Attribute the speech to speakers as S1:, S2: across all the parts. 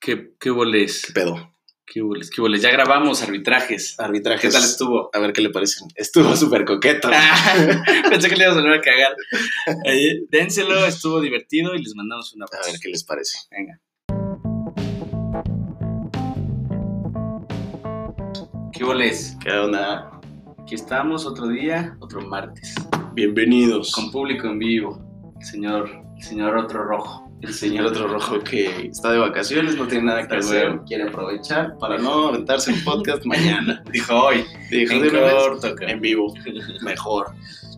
S1: ¿Qué, qué boles?
S2: ¿Qué pedo?
S1: ¿Qué boles? ¿Qué boles? Ya grabamos arbitrajes.
S2: Arbitrajes.
S1: ¿Qué tal estuvo?
S2: Pues, A ver qué le parecen. Estuvo súper coqueto.
S1: Pensé que le íbamos a volver a cagar. Eh, Dénselo, estuvo divertido y les mandamos un
S2: A
S1: abrazo.
S2: ver qué les parece.
S1: Venga. ¿Qué boles?
S2: ¿Qué onda?
S1: Aquí estamos otro día, otro martes,
S2: Bienvenidos.
S1: con público en vivo. El señor, el señor Otro Rojo.
S2: El señor otro rojo que está de vacaciones, no tiene nada que
S1: Está
S2: hacer.
S1: bueno.
S2: Quiere aprovechar para no aventarse el podcast mañana.
S1: Dijo hoy.
S2: Dijo
S1: En
S2: de una vez,
S1: corto, cabrón.
S2: en vivo. Mejor.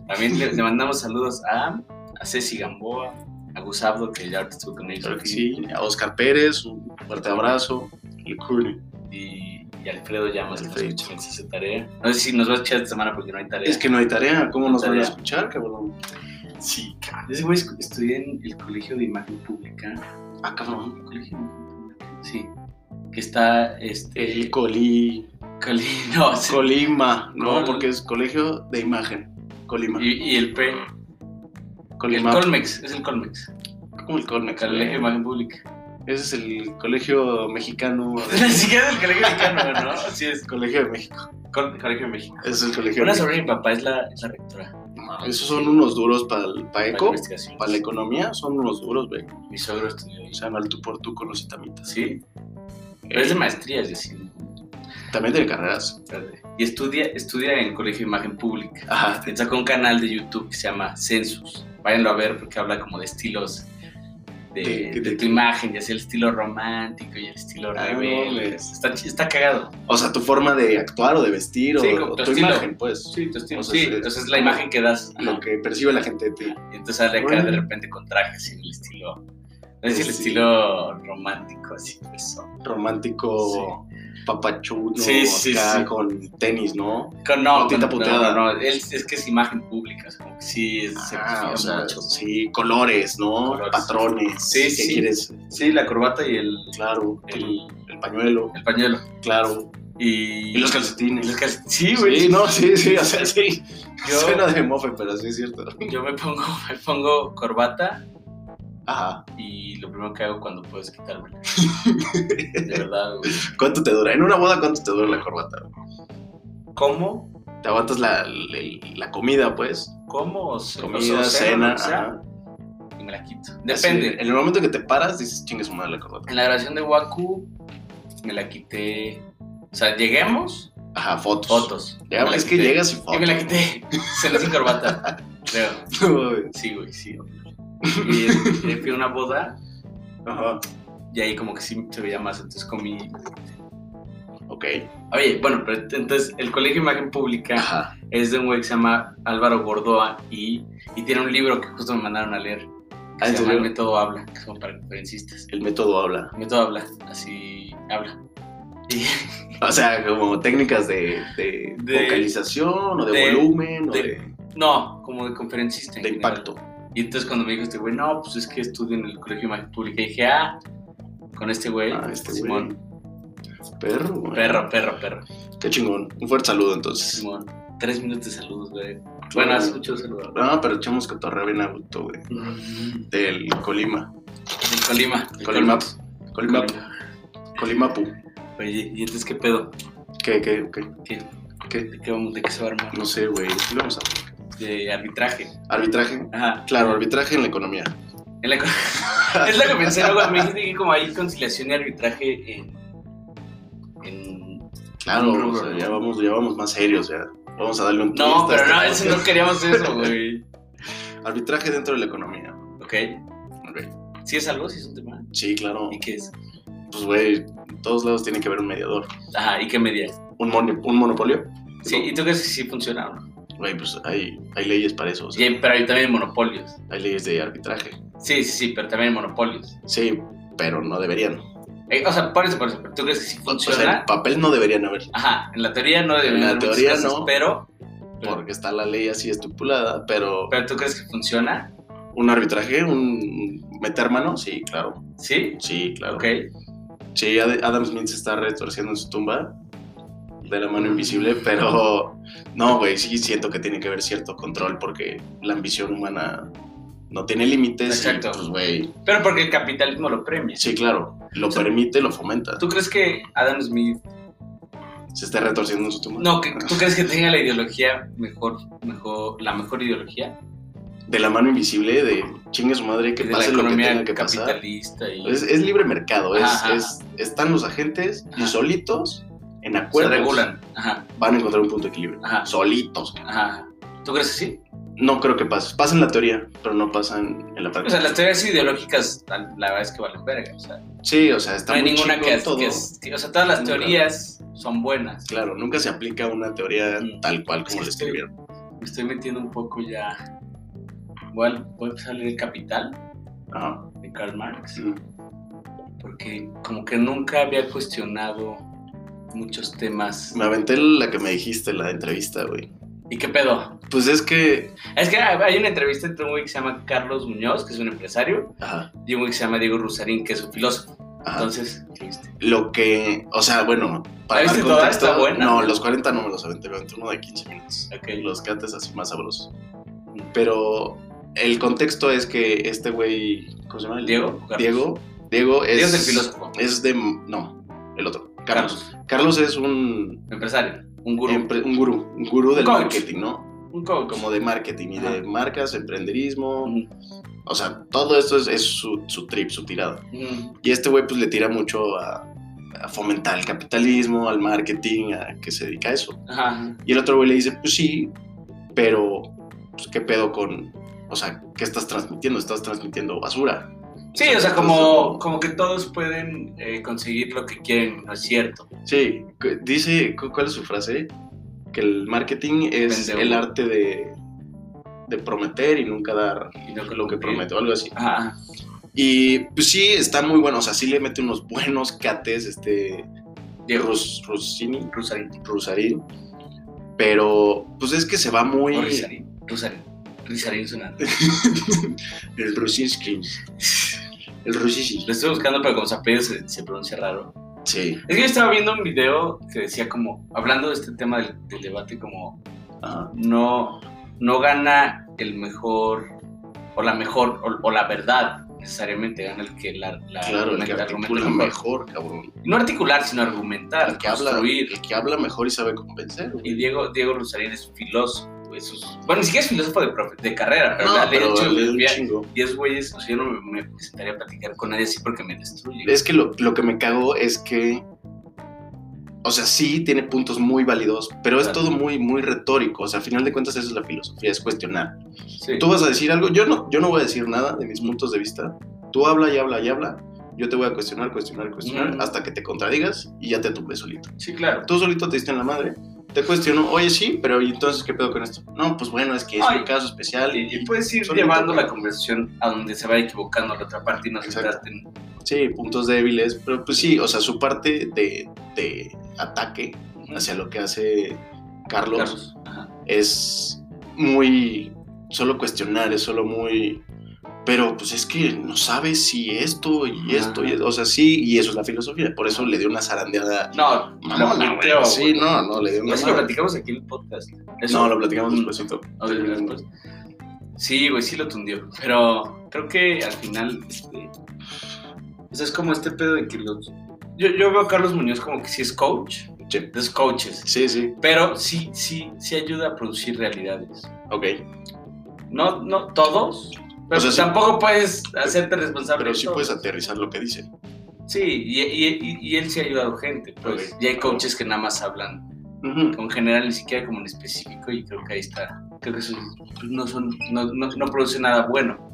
S1: También le, le mandamos saludos a, a Ceci Gamboa, a Gus Abdo, que ya ahorita estuvo con ellos
S2: Claro que
S1: aquí,
S2: sí. A Oscar Pérez, un fuerte abrazo. El Cune.
S1: y, y Alfredo Llamas, que nos
S2: Alfredo.
S1: escucha en Ciencia Tarea. No sé si nos va a escuchar esta semana porque no hay tarea.
S2: Es que no hay tarea. ¿Cómo nos van a
S1: Tarea.
S2: escuchar, cabrón?
S1: sí, cabrón. Yo ese güey escu- estudié en el Colegio de Imagen Pública.
S2: Ah, cabrón.
S1: ¿El Colegio de Imagen Pública? Sí. Que está, este...
S2: El Coli.
S1: Cali- no, sí.
S2: Colima. No,
S1: Col-
S2: porque es colegio de imagen. Colima.
S1: y, y el P. El
S2: Colima.
S1: Colmex, es el Colmex.
S2: ¿Cómo el Colmex?
S1: Colegio de Imagen Pública.
S2: Ese es el colegio mexicano.
S1: Ni siquiera es el Colegio Mexicano, ¿no? Sí, es
S2: el colegio de México.
S1: Col- Colegio de México.
S2: Ese es el colegio
S1: Una
S2: de México.
S1: sobrina de mi papá es la, es la rectora.
S2: Esos son unos duros para el
S1: Para
S2: PAECO.
S1: investigaciones.
S2: Para la economía son unos duros, güey.
S1: Mi suegro estudió ahí.
S2: O sea, mal tú por tú con los itamitas.
S1: Sí, pero es de maestría, es decir.
S2: También tiene carreras.
S1: Y estudia, estudia en Colegio de Imagen Pública.
S2: Ajá.
S1: Él sacó un canal de YouTube que se llama Census. Váyanlo a ver porque habla como de estilos de,
S2: De-
S1: de
S2: de-
S1: tu imagen, ya sea el estilo romántico y el estilo
S2: Ah,
S1: rebelde.
S2: mames.
S1: está, ch- está cagado.
S2: O sea, tu forma de actuar o de vestir
S1: Sí,
S2: o,
S1: como
S2: o
S1: tu
S2: tu
S1: estilo.
S2: imagen, pues.
S1: Sí, tu estilo.
S2: O sea,
S1: sí,
S2: se-
S1: entonces es la imagen que das.
S2: Lo que percibe la gente de ti.
S1: Y entonces sale acá
S2: Bueno.
S1: de repente con trajes y el estilo. No sé si el
S2: Sí.
S1: estilo romántico, así, pues, eso.
S2: Romántico, papachuno,
S1: Sí, sí,
S2: acá
S1: sí.
S2: con tenis, ¿no?
S1: Con no,
S2: No, tinta
S1: con-
S2: puteada.
S1: No, no, él es que es imagen pública, o sea, como que sí, es, se
S2: Ah,
S1: fija
S2: o sea,
S1: mucho.
S2: sí, colores, ¿no?
S1: Colores.
S2: Patrones.
S1: Sí,
S2: ¿Qué
S1: sí.
S2: quieres?
S1: Sí, la corbata y el,
S2: Claro.
S1: El-
S2: El, el pañuelo,
S1: el pañuelo.
S2: claro.
S1: Y,
S2: Y los
S1: y
S2: calcetines.
S1: los calc- Sí, güey.
S2: Sí, no, sí, sí, o sea, sí.
S1: Yo-
S2: Suena de mofe, pero sí es cierto.
S1: Yo me pongo, me pongo corbata
S2: Ajá.
S1: y lo primero que hago cuando puedo es quitármela. De verdad, güey.
S2: ¿Cuánto te dura? En una boda, ¿cuánto te dura la corbata?
S1: ¿Cómo?
S2: Te aguantas la, la- la comida, pues.
S1: ¿Cómo? O sea,
S2: Comida,
S1: o sea,
S2: cena.
S1: o sea,
S2: ajá.
S1: y me la quito.
S2: Así,
S1: Depende.
S2: en el momento que te paras, dices, chingue su madre la corbata.
S1: En la grabación de Waku me la quité. O sea, lleguemos,
S2: Ajá, fotos.
S1: fotos.
S2: Ya,
S1: Me la
S2: es que
S1: quité.
S2: llegas y
S1: Yo
S2: fotos.
S1: me la quité. Cené sin corbata. Creo. Sí, güey, sí. Y eh, fui a una boda
S2: Ajá.
S1: y ahí como que sí se veía más, entonces comí.
S2: Ok.
S1: Oye, bueno, pero ent- entonces el Colegio de Imagen Pública
S2: Ajá.
S1: es de un güey que se llama Álvaro Gordoa y, y tiene un libro que justo me mandaron a leer. Que se
S2: Ah, ¿en
S1: llama El
S2: serio?
S1: método habla, que es como para conferencistas.
S2: El método habla.
S1: El método habla, así habla. Y
S2: O sea, como técnicas de, de
S1: De-
S2: vocalización o de,
S1: de-
S2: volumen o
S1: de-
S2: de,
S1: no, como de conferencista. en
S2: de
S1: general.
S2: impacto.
S1: Y entonces cuando me dijo este güey, no, pues es que estudio en el Colegio de Imagen Pública, y dije, ah, con este güey,
S2: Ah, este
S1: Simón.
S2: güey. Perro, güey.
S1: Perro, perro, perro.
S2: Qué chingón. Un fuerte saludo entonces.
S1: Simón. Tres minutos de saludos, güey. Bueno, has escuchado saludos.
S2: No, pero echamos cotorreo bien a gusto, güey.
S1: Del
S2: Del Colima.
S1: Colima. del
S2: Colimapu.
S1: Colima.
S2: Colimapu. Colimapu.
S1: Oye, ¿y entonces qué pedo?
S2: ¿Qué, qué, qué?
S1: ¿Qué?
S2: ¿Qué?
S1: ¿De qué, vamos, de qué se va a armar?
S2: No sé, güey. ¿Qué vamos a
S1: De arbitraje.
S2: Arbitraje.
S1: Ajá.
S2: Claro, arbitraje en la economía.
S1: En la co- es lo que pensé, ¿no? güey? Me dijiste que como hay conciliación y arbitraje en... en...
S2: Claro,
S1: No,
S2: o sea,
S1: no, no.
S2: ya vamos, ya vamos más serios, ya. Vamos a darle un twist
S1: No,
S2: a
S1: pero
S2: este
S1: no, eso no
S2: podcast.
S1: queríamos eso, güey.
S2: Arbitraje dentro de la economía.
S1: Ok.
S2: Ok.
S1: ¿Sí es algo? ¿Sí es un tema?
S2: Sí, claro.
S1: ¿Y qué es?
S2: Pues, güey, en todos lados tiene que haber un mediador.
S1: Ajá, ¿y qué media?
S2: un, moni- un monopolio.
S1: Sí, ¿y tú crees que sí funciona o no?
S2: Güey, pues hay, hay leyes para eso. o sea,
S1: Sí, pero hay también monopolios.
S2: Hay leyes de arbitraje.
S1: Sí, sí, sí, pero también hay monopolios.
S2: Sí, pero no deberían.
S1: Eh, o sea, por eso, por eso, pero tú crees que sí
S2: O
S1: funciona.
S2: sea, en papel no deberían haber,
S1: Ajá, en la teoría no debe
S2: Pues En la
S1: haber muchas
S2: teoría
S1: cosas,
S2: no.
S1: Pero,
S2: porque está la ley así estipulada, pero
S1: pero tú crees que funciona,
S2: un arbitraje, un meter mano, sí, claro.
S1: ¿sí?
S2: Sí, claro.
S1: Ok.
S2: Sí, Ad- Adam Smith se está retorciendo en su tumba de la mano invisible, pero no, güey, sí siento que tiene que haber cierto control porque la ambición humana no tiene límites. y,
S1: Exacto.
S2: pues, güey,
S1: Pero porque el capitalismo lo premia.
S2: sí, claro. Lo permite, lo fomenta.
S1: ¿Tú crees que Adam Smith...
S2: Se está retorciendo en su tumba.
S1: No, que- ¿tú crees que tenga la ideología mejor, mejor, la mejor ideología?
S2: De la mano invisible, de chingue su madre, que
S1: de
S2: pase
S1: la
S2: lo que
S1: economía
S2: tenga que pasar.
S1: capitalista y...
S2: Es, es libre mercado, es,
S1: Ajá.
S2: es- están los agentes y
S1: Ajá.
S2: solitos, en
S1: se
S2: acuerdo,
S1: regulan. Ah, Ajá,
S2: van a encontrar un punto de equilibrio.
S1: ajá,
S2: Solitos.
S1: ajá. ¿Tú crees que sí?
S2: No creo que pase. Pasa en la teoría, pero no pasa en, en la
S1: O
S2: práctica.
S1: sea, las teorías ideológicas, la la verdad es que valen verga. O sea,
S2: Sí, o sea, está
S1: no hay
S2: muy
S1: ninguna
S2: chingón
S1: que, es-
S2: todo.
S1: que es- que- O sea, todas las
S2: Nunca.
S1: teorías son buenas.
S2: Claro, nunca se aplica una teoría
S1: Mm.
S2: tal cual como
S1: Sí,
S2: la
S1: estoy-
S2: escribieron.
S1: Me estoy metiendo un poco ya. Voy a, voy a empezar a leer El Capital
S2: Ajá.
S1: de Karl Marx,
S2: Mm.
S1: porque como que nunca había cuestionado muchos temas.
S2: Me aventé la que me dijiste, la entrevista, güey.
S1: ¿Y qué pedo?
S2: Pues es que.
S1: Es que hay una entrevista entre un güey que se llama Carlos Muñoz, que es un empresario,
S2: Ajá,
S1: y un güey que se llama Diego Rusarín, que es un filósofo.
S2: ajá.
S1: Entonces, ¿qué viste?
S2: lo que. O sea, bueno, para
S1: ¿La
S2: dar
S1: viste toda? Está buena.
S2: No, los 40 no me los aventé, me aventé uno de 15 minutos.
S1: Ok.
S2: Los cates así más sabrosos. Pero el contexto es que este güey. ¿Cómo se llama? El-
S1: Diego. Carlos.
S2: Diego. Diego es.
S1: Diego es el filósofo.
S2: Es de. No, el otro. Carlos.
S1: Carlos,
S2: Carlos es un
S1: empresario, un gurú,
S2: empre- un gurú, un gurú del
S1: Coach.
S2: marketing, ¿no?
S1: un coach.
S2: Como de marketing y
S1: Ajá.
S2: de marcas, emprenderismo.
S1: Ujú.
S2: O sea, todo esto es, es su, su trip, su tirada.
S1: Mm,
S2: Y este güey pues le tira mucho a, a fomentar el capitalismo, al marketing, a que se dedica a eso.
S1: Ajá.
S2: Y el otro güey le dice, pues sí, pero pues, ¿qué pedo con...? O sea, ¿qué estás transmitiendo? Estás transmitiendo basura.
S1: Sí, o sea,
S2: estás
S1: como,
S2: dando-
S1: como que todos pueden eh, conseguir lo que quieren, ¿no es cierto?
S2: Sí, cu- dice, cu- ¿cuál es su frase? Que el marketing es
S1: Vende
S2: el
S1: humo.
S2: arte de, de prometer y nunca dar
S1: Y no
S2: lo que promete o algo así.
S1: Ajá.
S2: Y pues sí, está muy bueno, o sea, sí le mete unos buenos cates este
S1: Diego
S2: Rus- Rusini,
S1: Rusarín.
S2: Rusarín, pero pues es que se va muy...
S1: O Rizarín. Rusarín. Rizarín suena.
S2: el Rusinski. El Rusinski.
S1: Lo estoy buscando, pero como su apellido se, se pronuncia raro.
S2: Sí,
S1: Es que yo estaba viendo un video que decía como, hablando de este tema del, del debate, como Ah,
S2: ajá,
S1: no, no gana el mejor o la mejor o, o la verdad necesariamente, gana el que la, la
S2: claro, el que
S1: argumenta- argumenta
S2: articula mejor, cabrón.
S1: No articular, sino argumentar,
S2: El que, habla,
S1: construir.
S2: el que habla mejor y sabe convencer. güey.
S1: Y Diego, Diego Rosarín es un filósofo. es un- bueno, ni siquiera es filósofo de, profe- de carrera, pero,
S2: No,
S1: la- de
S2: pero
S1: hecho,
S2: le da un
S1: mira,
S2: chingo.
S1: y es güeyes, o sea, yo no me, me sentaría a platicar con nadie así porque me destruye.
S2: Es que lo, lo que me cago es que. O sea, sí tiene puntos muy válidos, pero es
S1: Claro.
S2: todo muy, muy retórico. O sea, al final de cuentas, esa es la filosofía, es cuestionar.
S1: Sí.
S2: Tú vas a decir algo, yo no, yo no voy a decir nada de mis puntos de vista. Tú habla y habla y habla. Yo te voy a cuestionar, cuestionar, cuestionar,
S1: Mm.
S2: hasta que te contradigas y ya te tumbes solito.
S1: Sí, claro.
S2: Tú solito te diste en la madre, te cuestiono, oye, sí, pero ¿y entonces qué pedo con esto? No, pues bueno, es que es
S1: Ay.
S2: un caso especial.
S1: Y,
S2: Y, pues,
S1: y puedes ir
S2: solito,
S1: llevando
S2: claro.
S1: la conversación a donde se va equivocando la otra parte y no se
S2: Exacto.
S1: trata en-
S2: sí, puntos débiles, pero pues sí, o sea, su parte de, de ataque hacia lo que hace Carlos,
S1: Mm. Carlos. Ajá.
S2: es muy solo cuestionar, es solo muy pero pues es que no sabe si esto y
S1: Ajá.
S2: esto y o sea, sí, y eso es la filosofía, por eso le dio una zarandeada
S1: No,
S2: mamona,
S1: lo
S2: güey.
S1: punteo,
S2: Sí,
S1: güey.
S2: no, no le dio una
S1: Eso lo
S2: zarandeada.
S1: platicamos aquí en el podcast. Eso-
S2: No, lo platicamos
S1: Mm.
S2: despuésito.
S1: Ok, después. Sí, güey, sí lo tundió. Pero creo que al final, este, o sea, es como este pedo de que los. Yo, yo veo a Carlos Muñoz como que sí es coach,
S2: Sí.
S1: es coaches,
S2: Sí, sí.
S1: pero sí, sí, sí ayuda a producir realidades.
S2: Ok.
S1: No, no todos, pero
S2: O sea, sí.
S1: tampoco puedes hacerte responsable.
S2: Pero
S1: de
S2: sí
S1: todo.
S2: puedes aterrizar lo que dice.
S1: Sí, y, y- y- y él sí ha ayudado gente, pues.
S2: Ok.
S1: Y hay coaches que nada más hablan, como en general, ni siquiera como en específico, y creo que ahí está. Creo que eso no, son, no, no, no produce nada bueno.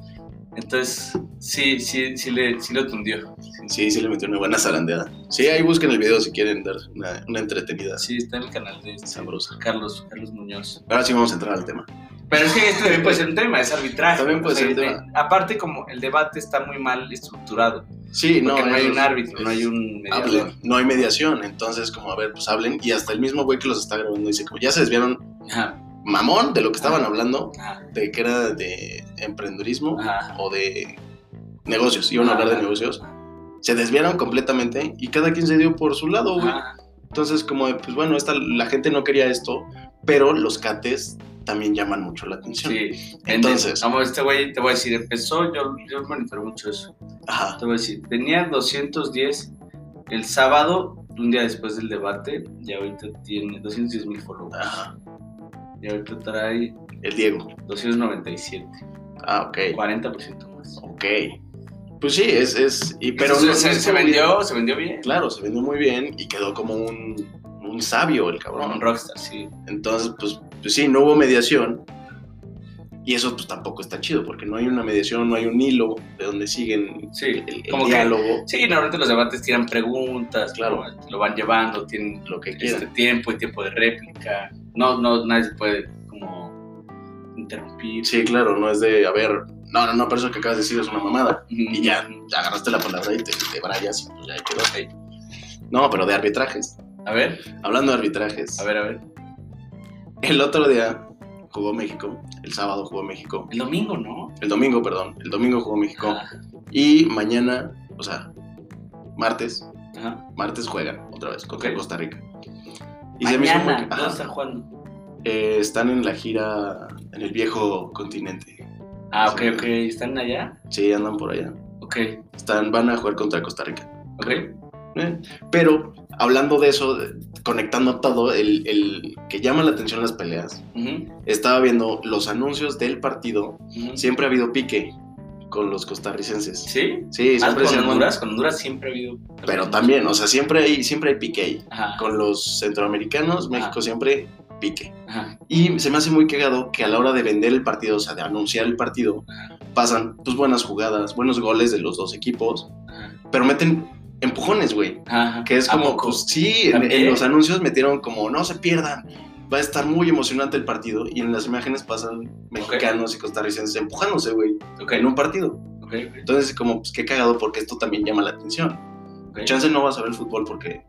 S1: Entonces, sí, sí, sí, le, sí lo tundió.
S2: Sí, sí le metió una buena zarandeada. Sí, ahí busquen el video si quieren dar una, una entretenida
S1: Sí, está en el canal de este
S2: sabrosa.
S1: Carlos, Carlos Muñoz.
S2: Ahora sí vamos a entrar al tema.
S1: Pero es que este también puede ser un tema, es arbitraje.
S2: También puede ser un
S1: de-
S2: tema.
S1: Aparte, como el debate está muy mal estructurado,
S2: Sí,
S1: porque no, hay
S2: es-
S1: un árbitro, no
S2: es-
S1: hay un mediador.
S2: hablen, no hay mediación, entonces como a ver, pues hablen y hasta el mismo güey que los está grabando dice como ya se desviaron
S1: Ajá,
S2: mamón de lo que estaban hablando,
S1: ajá,
S2: de que era de emprendedurismo
S1: ajá.
S2: o de negocios, iban a hablar de
S1: Ajá.
S2: negocios, se desviaron completamente y cada quien se dio por su lado, güey.
S1: Ajá.
S2: Entonces como de, pues bueno, esta, la gente no quería esto, pero los cates también llaman mucho la atención.
S1: Sí.
S2: Entonces-
S1: Vamos, este güey, te voy a decir, empezó, yo, yo monitoreo mucho eso.
S2: Ajá.
S1: Te voy a decir, tenía 210 el sábado, un día después del debate, y ahorita tiene 210 mil followers.
S2: Ajá.
S1: Y ahorita trae
S2: El Diego.
S1: 297,
S2: Ah, ok.
S1: 40% más.
S2: Ok. Pues sí, es. es y, pero
S1: Entonces,
S2: no-
S1: se,
S2: no
S1: se
S2: estuvo
S1: vendió, se vendió bien.
S2: bien. Claro, se vendió muy bien y quedó como un, un sabio el
S1: Como
S2: cabrón.
S1: Un rockstar, sí.
S2: Entonces, pues, pues sí, no hubo mediación. Y eso pues tampoco está chido, porque no hay una mediación, no hay un hilo de donde siguen
S1: Sí,
S2: el, el
S1: como que-
S2: diálogo,
S1: Sí, normalmente los debates tiran preguntas,
S2: Claro.
S1: claro, lo van llevando, tienen
S2: lo que
S1: este
S2: quieran.
S1: tiempo y tiempo de réplica. No, no, nadie se puede como interrumpir.
S2: Sí, claro, no es de, a ver, no, no, no, pero eso que acabas de decir es una mamada. Y
S1: Y ya.
S2: ya, ya agarraste la palabra y te, te brayas y pues ya ahí quedó. No, pero de arbitrajes.
S1: A ver,
S2: Hablando de arbitrajes,
S1: a ver, a ver.
S2: el otro día jugó México, el sábado jugó México,
S1: El domingo, ¿no?
S2: el domingo, perdón, el domingo jugó México.
S1: Ajá.
S2: Y mañana, o sea, martes,
S1: Ajá.
S2: martes juegan otra vez contra
S1: Ok.
S2: Costa Rica.
S1: Mañana,
S2: mismo-
S1: ¿dónde
S2: ajá,
S1: están jugando?
S2: eh, están en la gira en el viejo continente.
S1: Ah,
S2: Sí.
S1: ok, ok. ¿Están allá?
S2: Sí, andan por allá.
S1: Ok,
S2: Están, van a jugar contra Costa Rica.
S1: ok.
S2: ¿eh? Pero hablando de eso, de- conectando todo, el, el que llama la atención las peleas,
S1: Ujú,
S2: estaba viendo los anuncios del partido.
S1: ujú.
S2: Siempre ha habido pique con los costarricenses.
S1: ¿Sí?
S2: Sí,
S1: Ah,
S2: siempre
S1: con
S2: se arman-
S1: Honduras, con Honduras siempre ha habido.
S2: Pero también, o sea, siempre hay, siempre hay pique ahí.
S1: Ajá,
S2: Con los centroamericanos, México siempre pique.
S1: ajá.
S2: Y se me hace muy cagado que a la hora de vender el partido, o sea, de anunciar el partido, pasan pues buenas jugadas, buenos goles de los dos equipos,
S1: ajá,
S2: pero meten empujones, güey.
S1: Ajá.
S2: Que es
S1: ¿A
S2: como,
S1: poco?
S2: pues sí, en, en
S1: ¿También?
S2: los anuncios metieron como, no se pierdan, va a estar muy emocionante el partido. Y en las imágenes pasan mexicanos y costarricenses empujándose, güey,
S1: Ok,
S2: en un partido.
S1: ok, ok,
S2: Entonces, como, pues qué cagado, porque esto también llama la atención.
S1: ok.
S2: Chance no vas a ver fútbol porque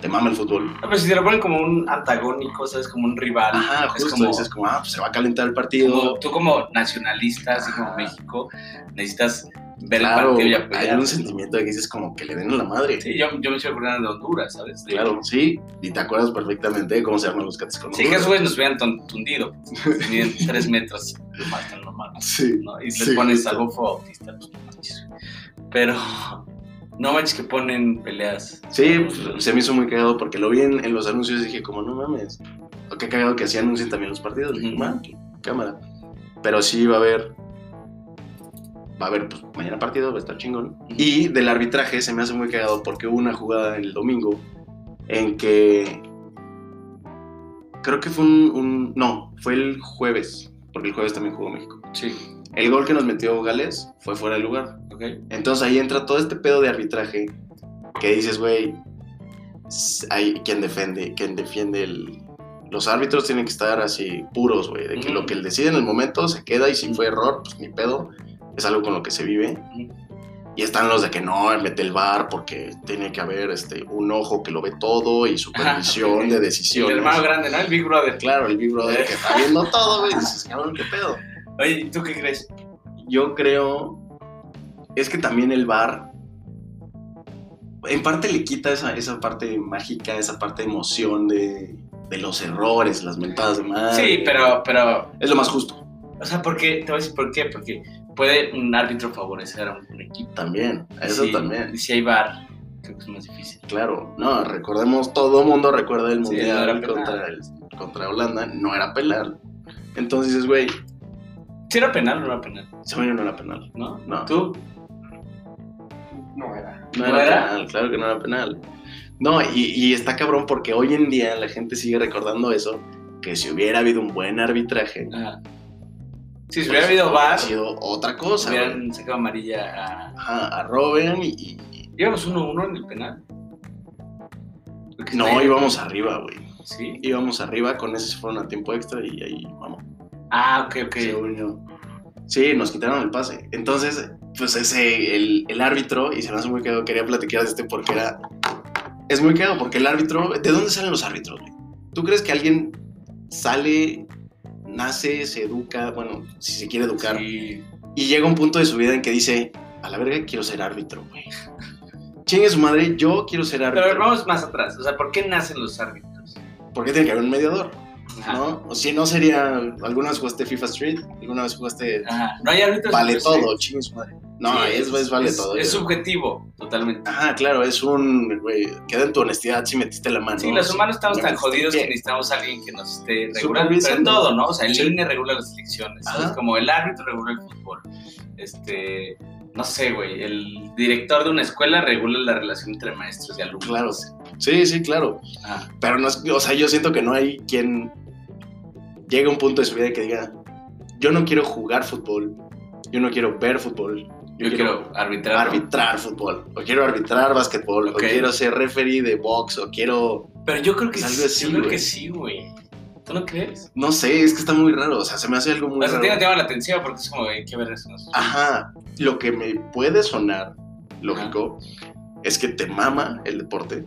S2: te mama el fútbol.
S1: Ah, pero si te lo ponen como un antagónico, ¿sabes? Como un rival.
S2: Ajá,
S1: es
S2: justo,
S1: como-
S2: dices como, ah, pues se va a calentar el
S1: Como-
S2: partido.
S1: tú como nacionalista, así como
S2: Ajá.
S1: México, necesitas ver el
S2: Claro,
S1: partido y
S2: hay
S1: apoyar.
S2: un sentimiento de que dices como que le den a la madre.
S1: Sí, yo, yo me estoy acordando de Honduras, ¿sabes? De-
S2: Claro, sí, y te acuerdas perfectamente de cómo se arman los cates con
S1: Si que esos
S2: Honduras.
S1: güeyes nos hubieran ton- tundido, tenían tres metros más tan normal,
S2: Sí,
S1: ¿no? Y les
S2: Sí,
S1: pones
S2: justo.
S1: algo autista, pues no manches. Pero no manches que ponen peleas.
S2: sí, pues, se me hizo muy cagado porque lo vi en, en los anuncios y dije como, no mames, o qué cagado que así anuncien también los partidos. Dije,
S1: Ujú.
S2: "Ma, cámara. Pero sí va a haber, va a haber, pues mañana partido, va a estar chingón. Y del arbitraje se me hace muy cagado porque hubo una jugada el domingo en que, creo que fue un, un- no, fue el jueves, porque el jueves también jugó México.
S1: Sí,
S2: El gol que nos metió Gales fue fuera de lugar.
S1: ok.
S2: Entonces ahí entra todo este pedo de arbitraje que dices, güey, s- hay quien defiende, quien defiende el... Los árbitros tienen que estar así puros, güey, de que
S1: Ujú.
S2: lo que él decide en el momento se queda y si fue error, pues ni pedo, es algo con lo que se vive.
S1: Ujú.
S2: Y están los de que no, mete el bar porque tiene que haber este, un ojo que lo ve todo y supervisión
S1: ok.
S2: de
S1: Y el
S2: decisiones.
S1: hermano grande, ¿no? El Big Brother.
S2: Claro, el Big Brother que está viendo todo, güey, dices, cabrón, qué pedo.
S1: Oye, ¿y ¿tú qué crees?
S2: Yo creo. Es que también el bar. En parte le quita esa, esa parte mágica, esa parte de emoción de, de los errores, las mentadas de madre.
S1: Sí, pero, pero
S2: Es lo más justo
S1: O sea, porque, te voy a decir por qué, porque puede un árbitro favorecer a un, un equipo.
S2: también. Eso
S1: Sí,
S2: también.
S1: Y si hay bar, creo que es más difícil.
S2: Claro. No, recordemos, todo mundo recuerda
S1: Sí,
S2: el
S1: no
S2: mundial
S1: era penal.
S2: contra, el- contra Holanda. No era penal. Entonces dices, güey,
S1: Si era penal o no era penal,
S2: según yo no era penal.
S1: ¿no?
S2: No.
S1: ¿Tú?
S3: No era.
S1: ¿No
S2: No era,
S1: era?
S2: penal, claro que no era penal. No, y, y está cabrón porque hoy en día la gente sigue recordando eso, que si hubiera habido un buen arbitraje,
S1: Ajá. Ah. Sí, si hubiera
S2: pues,
S1: habido bar,
S2: sido otra cosa. güey.
S1: hubieran sacado amarilla a...
S2: Ajá, a Robben y, y-
S1: Íbamos 1-1 en el penal. Creo que
S2: No,
S1: está ahí.
S2: íbamos arriba, güey.
S1: ¿Sí?
S2: Íbamos arriba, con ese se fueron a tiempo extra y ahí vamos.
S1: Ah, ok, ok.
S2: según yo. Sí, nos quitaron el pase. Entonces, pues ese, el, el árbitro, y se me hace muy quedado, quería platicar de este porque era. Es muy quedado, porque el árbitro. ¿De dónde salen los árbitros, güey? ¿Tú crees que alguien sale, nace, se educa, bueno, si se quiere educar,
S1: Sí.
S2: y llega un punto de su vida en que dice: A la verga, quiero ser árbitro, güey. Chingue su madre, yo quiero ser
S1: Pero a ver,
S2: árbitro.
S1: vamos más atrás. O sea, ¿por qué nacen los árbitros?
S2: ¿Por qué tiene que haber un mediador?
S1: Ah.
S2: ¿no? O si no sería, alguna vez jugaste FIFA Street, alguna vez jugaste
S1: Ajá. No hay árbitros.
S2: vale
S1: pero Pues sí.
S2: todo, chingue su madre. No,
S1: Sí,
S2: es, es vale
S1: es-
S2: todo.
S1: Es
S2: yo-
S1: subjetivo, totalmente.
S2: Ajá, claro, es un, güey, queda en tu honestidad si metiste la mano.
S1: Sí, los humanos estamos
S2: me
S1: tan
S2: metiste
S1: jodidos que
S2: bien.
S1: necesitamos a alguien que nos esté regulando. Pero en
S2: Supervisando.
S1: todo, ¿no? O sea, el
S2: Sí.
S1: INE regula las elecciones.
S2: Ajá.
S1: ¿sabes? Como el árbitro regula el fútbol. Este, no sé, güey. El director de una escuela regula la relación entre maestros y alumnos. Ah,
S2: Claro. Sí, sí, claro.
S1: Ajá.
S2: Pero no es, o sea, yo siento que no hay quien llegue a un punto de su vida que diga, yo no quiero jugar fútbol, yo no quiero ver fútbol,
S1: Yo, quiero arbitrar.
S2: arbitrar fútbol, o quiero arbitrar básquetbol,
S1: Ok.
S2: o quiero ser referee de box, o quiero,
S1: Pero yo creo que
S2: Algo
S1: sí.
S2: así,
S1: yo creo
S2: güey.
S1: que sí, güey. ¿Tú no crees?
S2: no sé, es que está muy raro, o sea, se me hace algo muy
S1: O sea, a ti no
S2: raro.
S1: te llama la atención porque es como, güey, qué ver eso. nos-
S2: Ajá, lo que me puede sonar lógico es que te mama el deporte,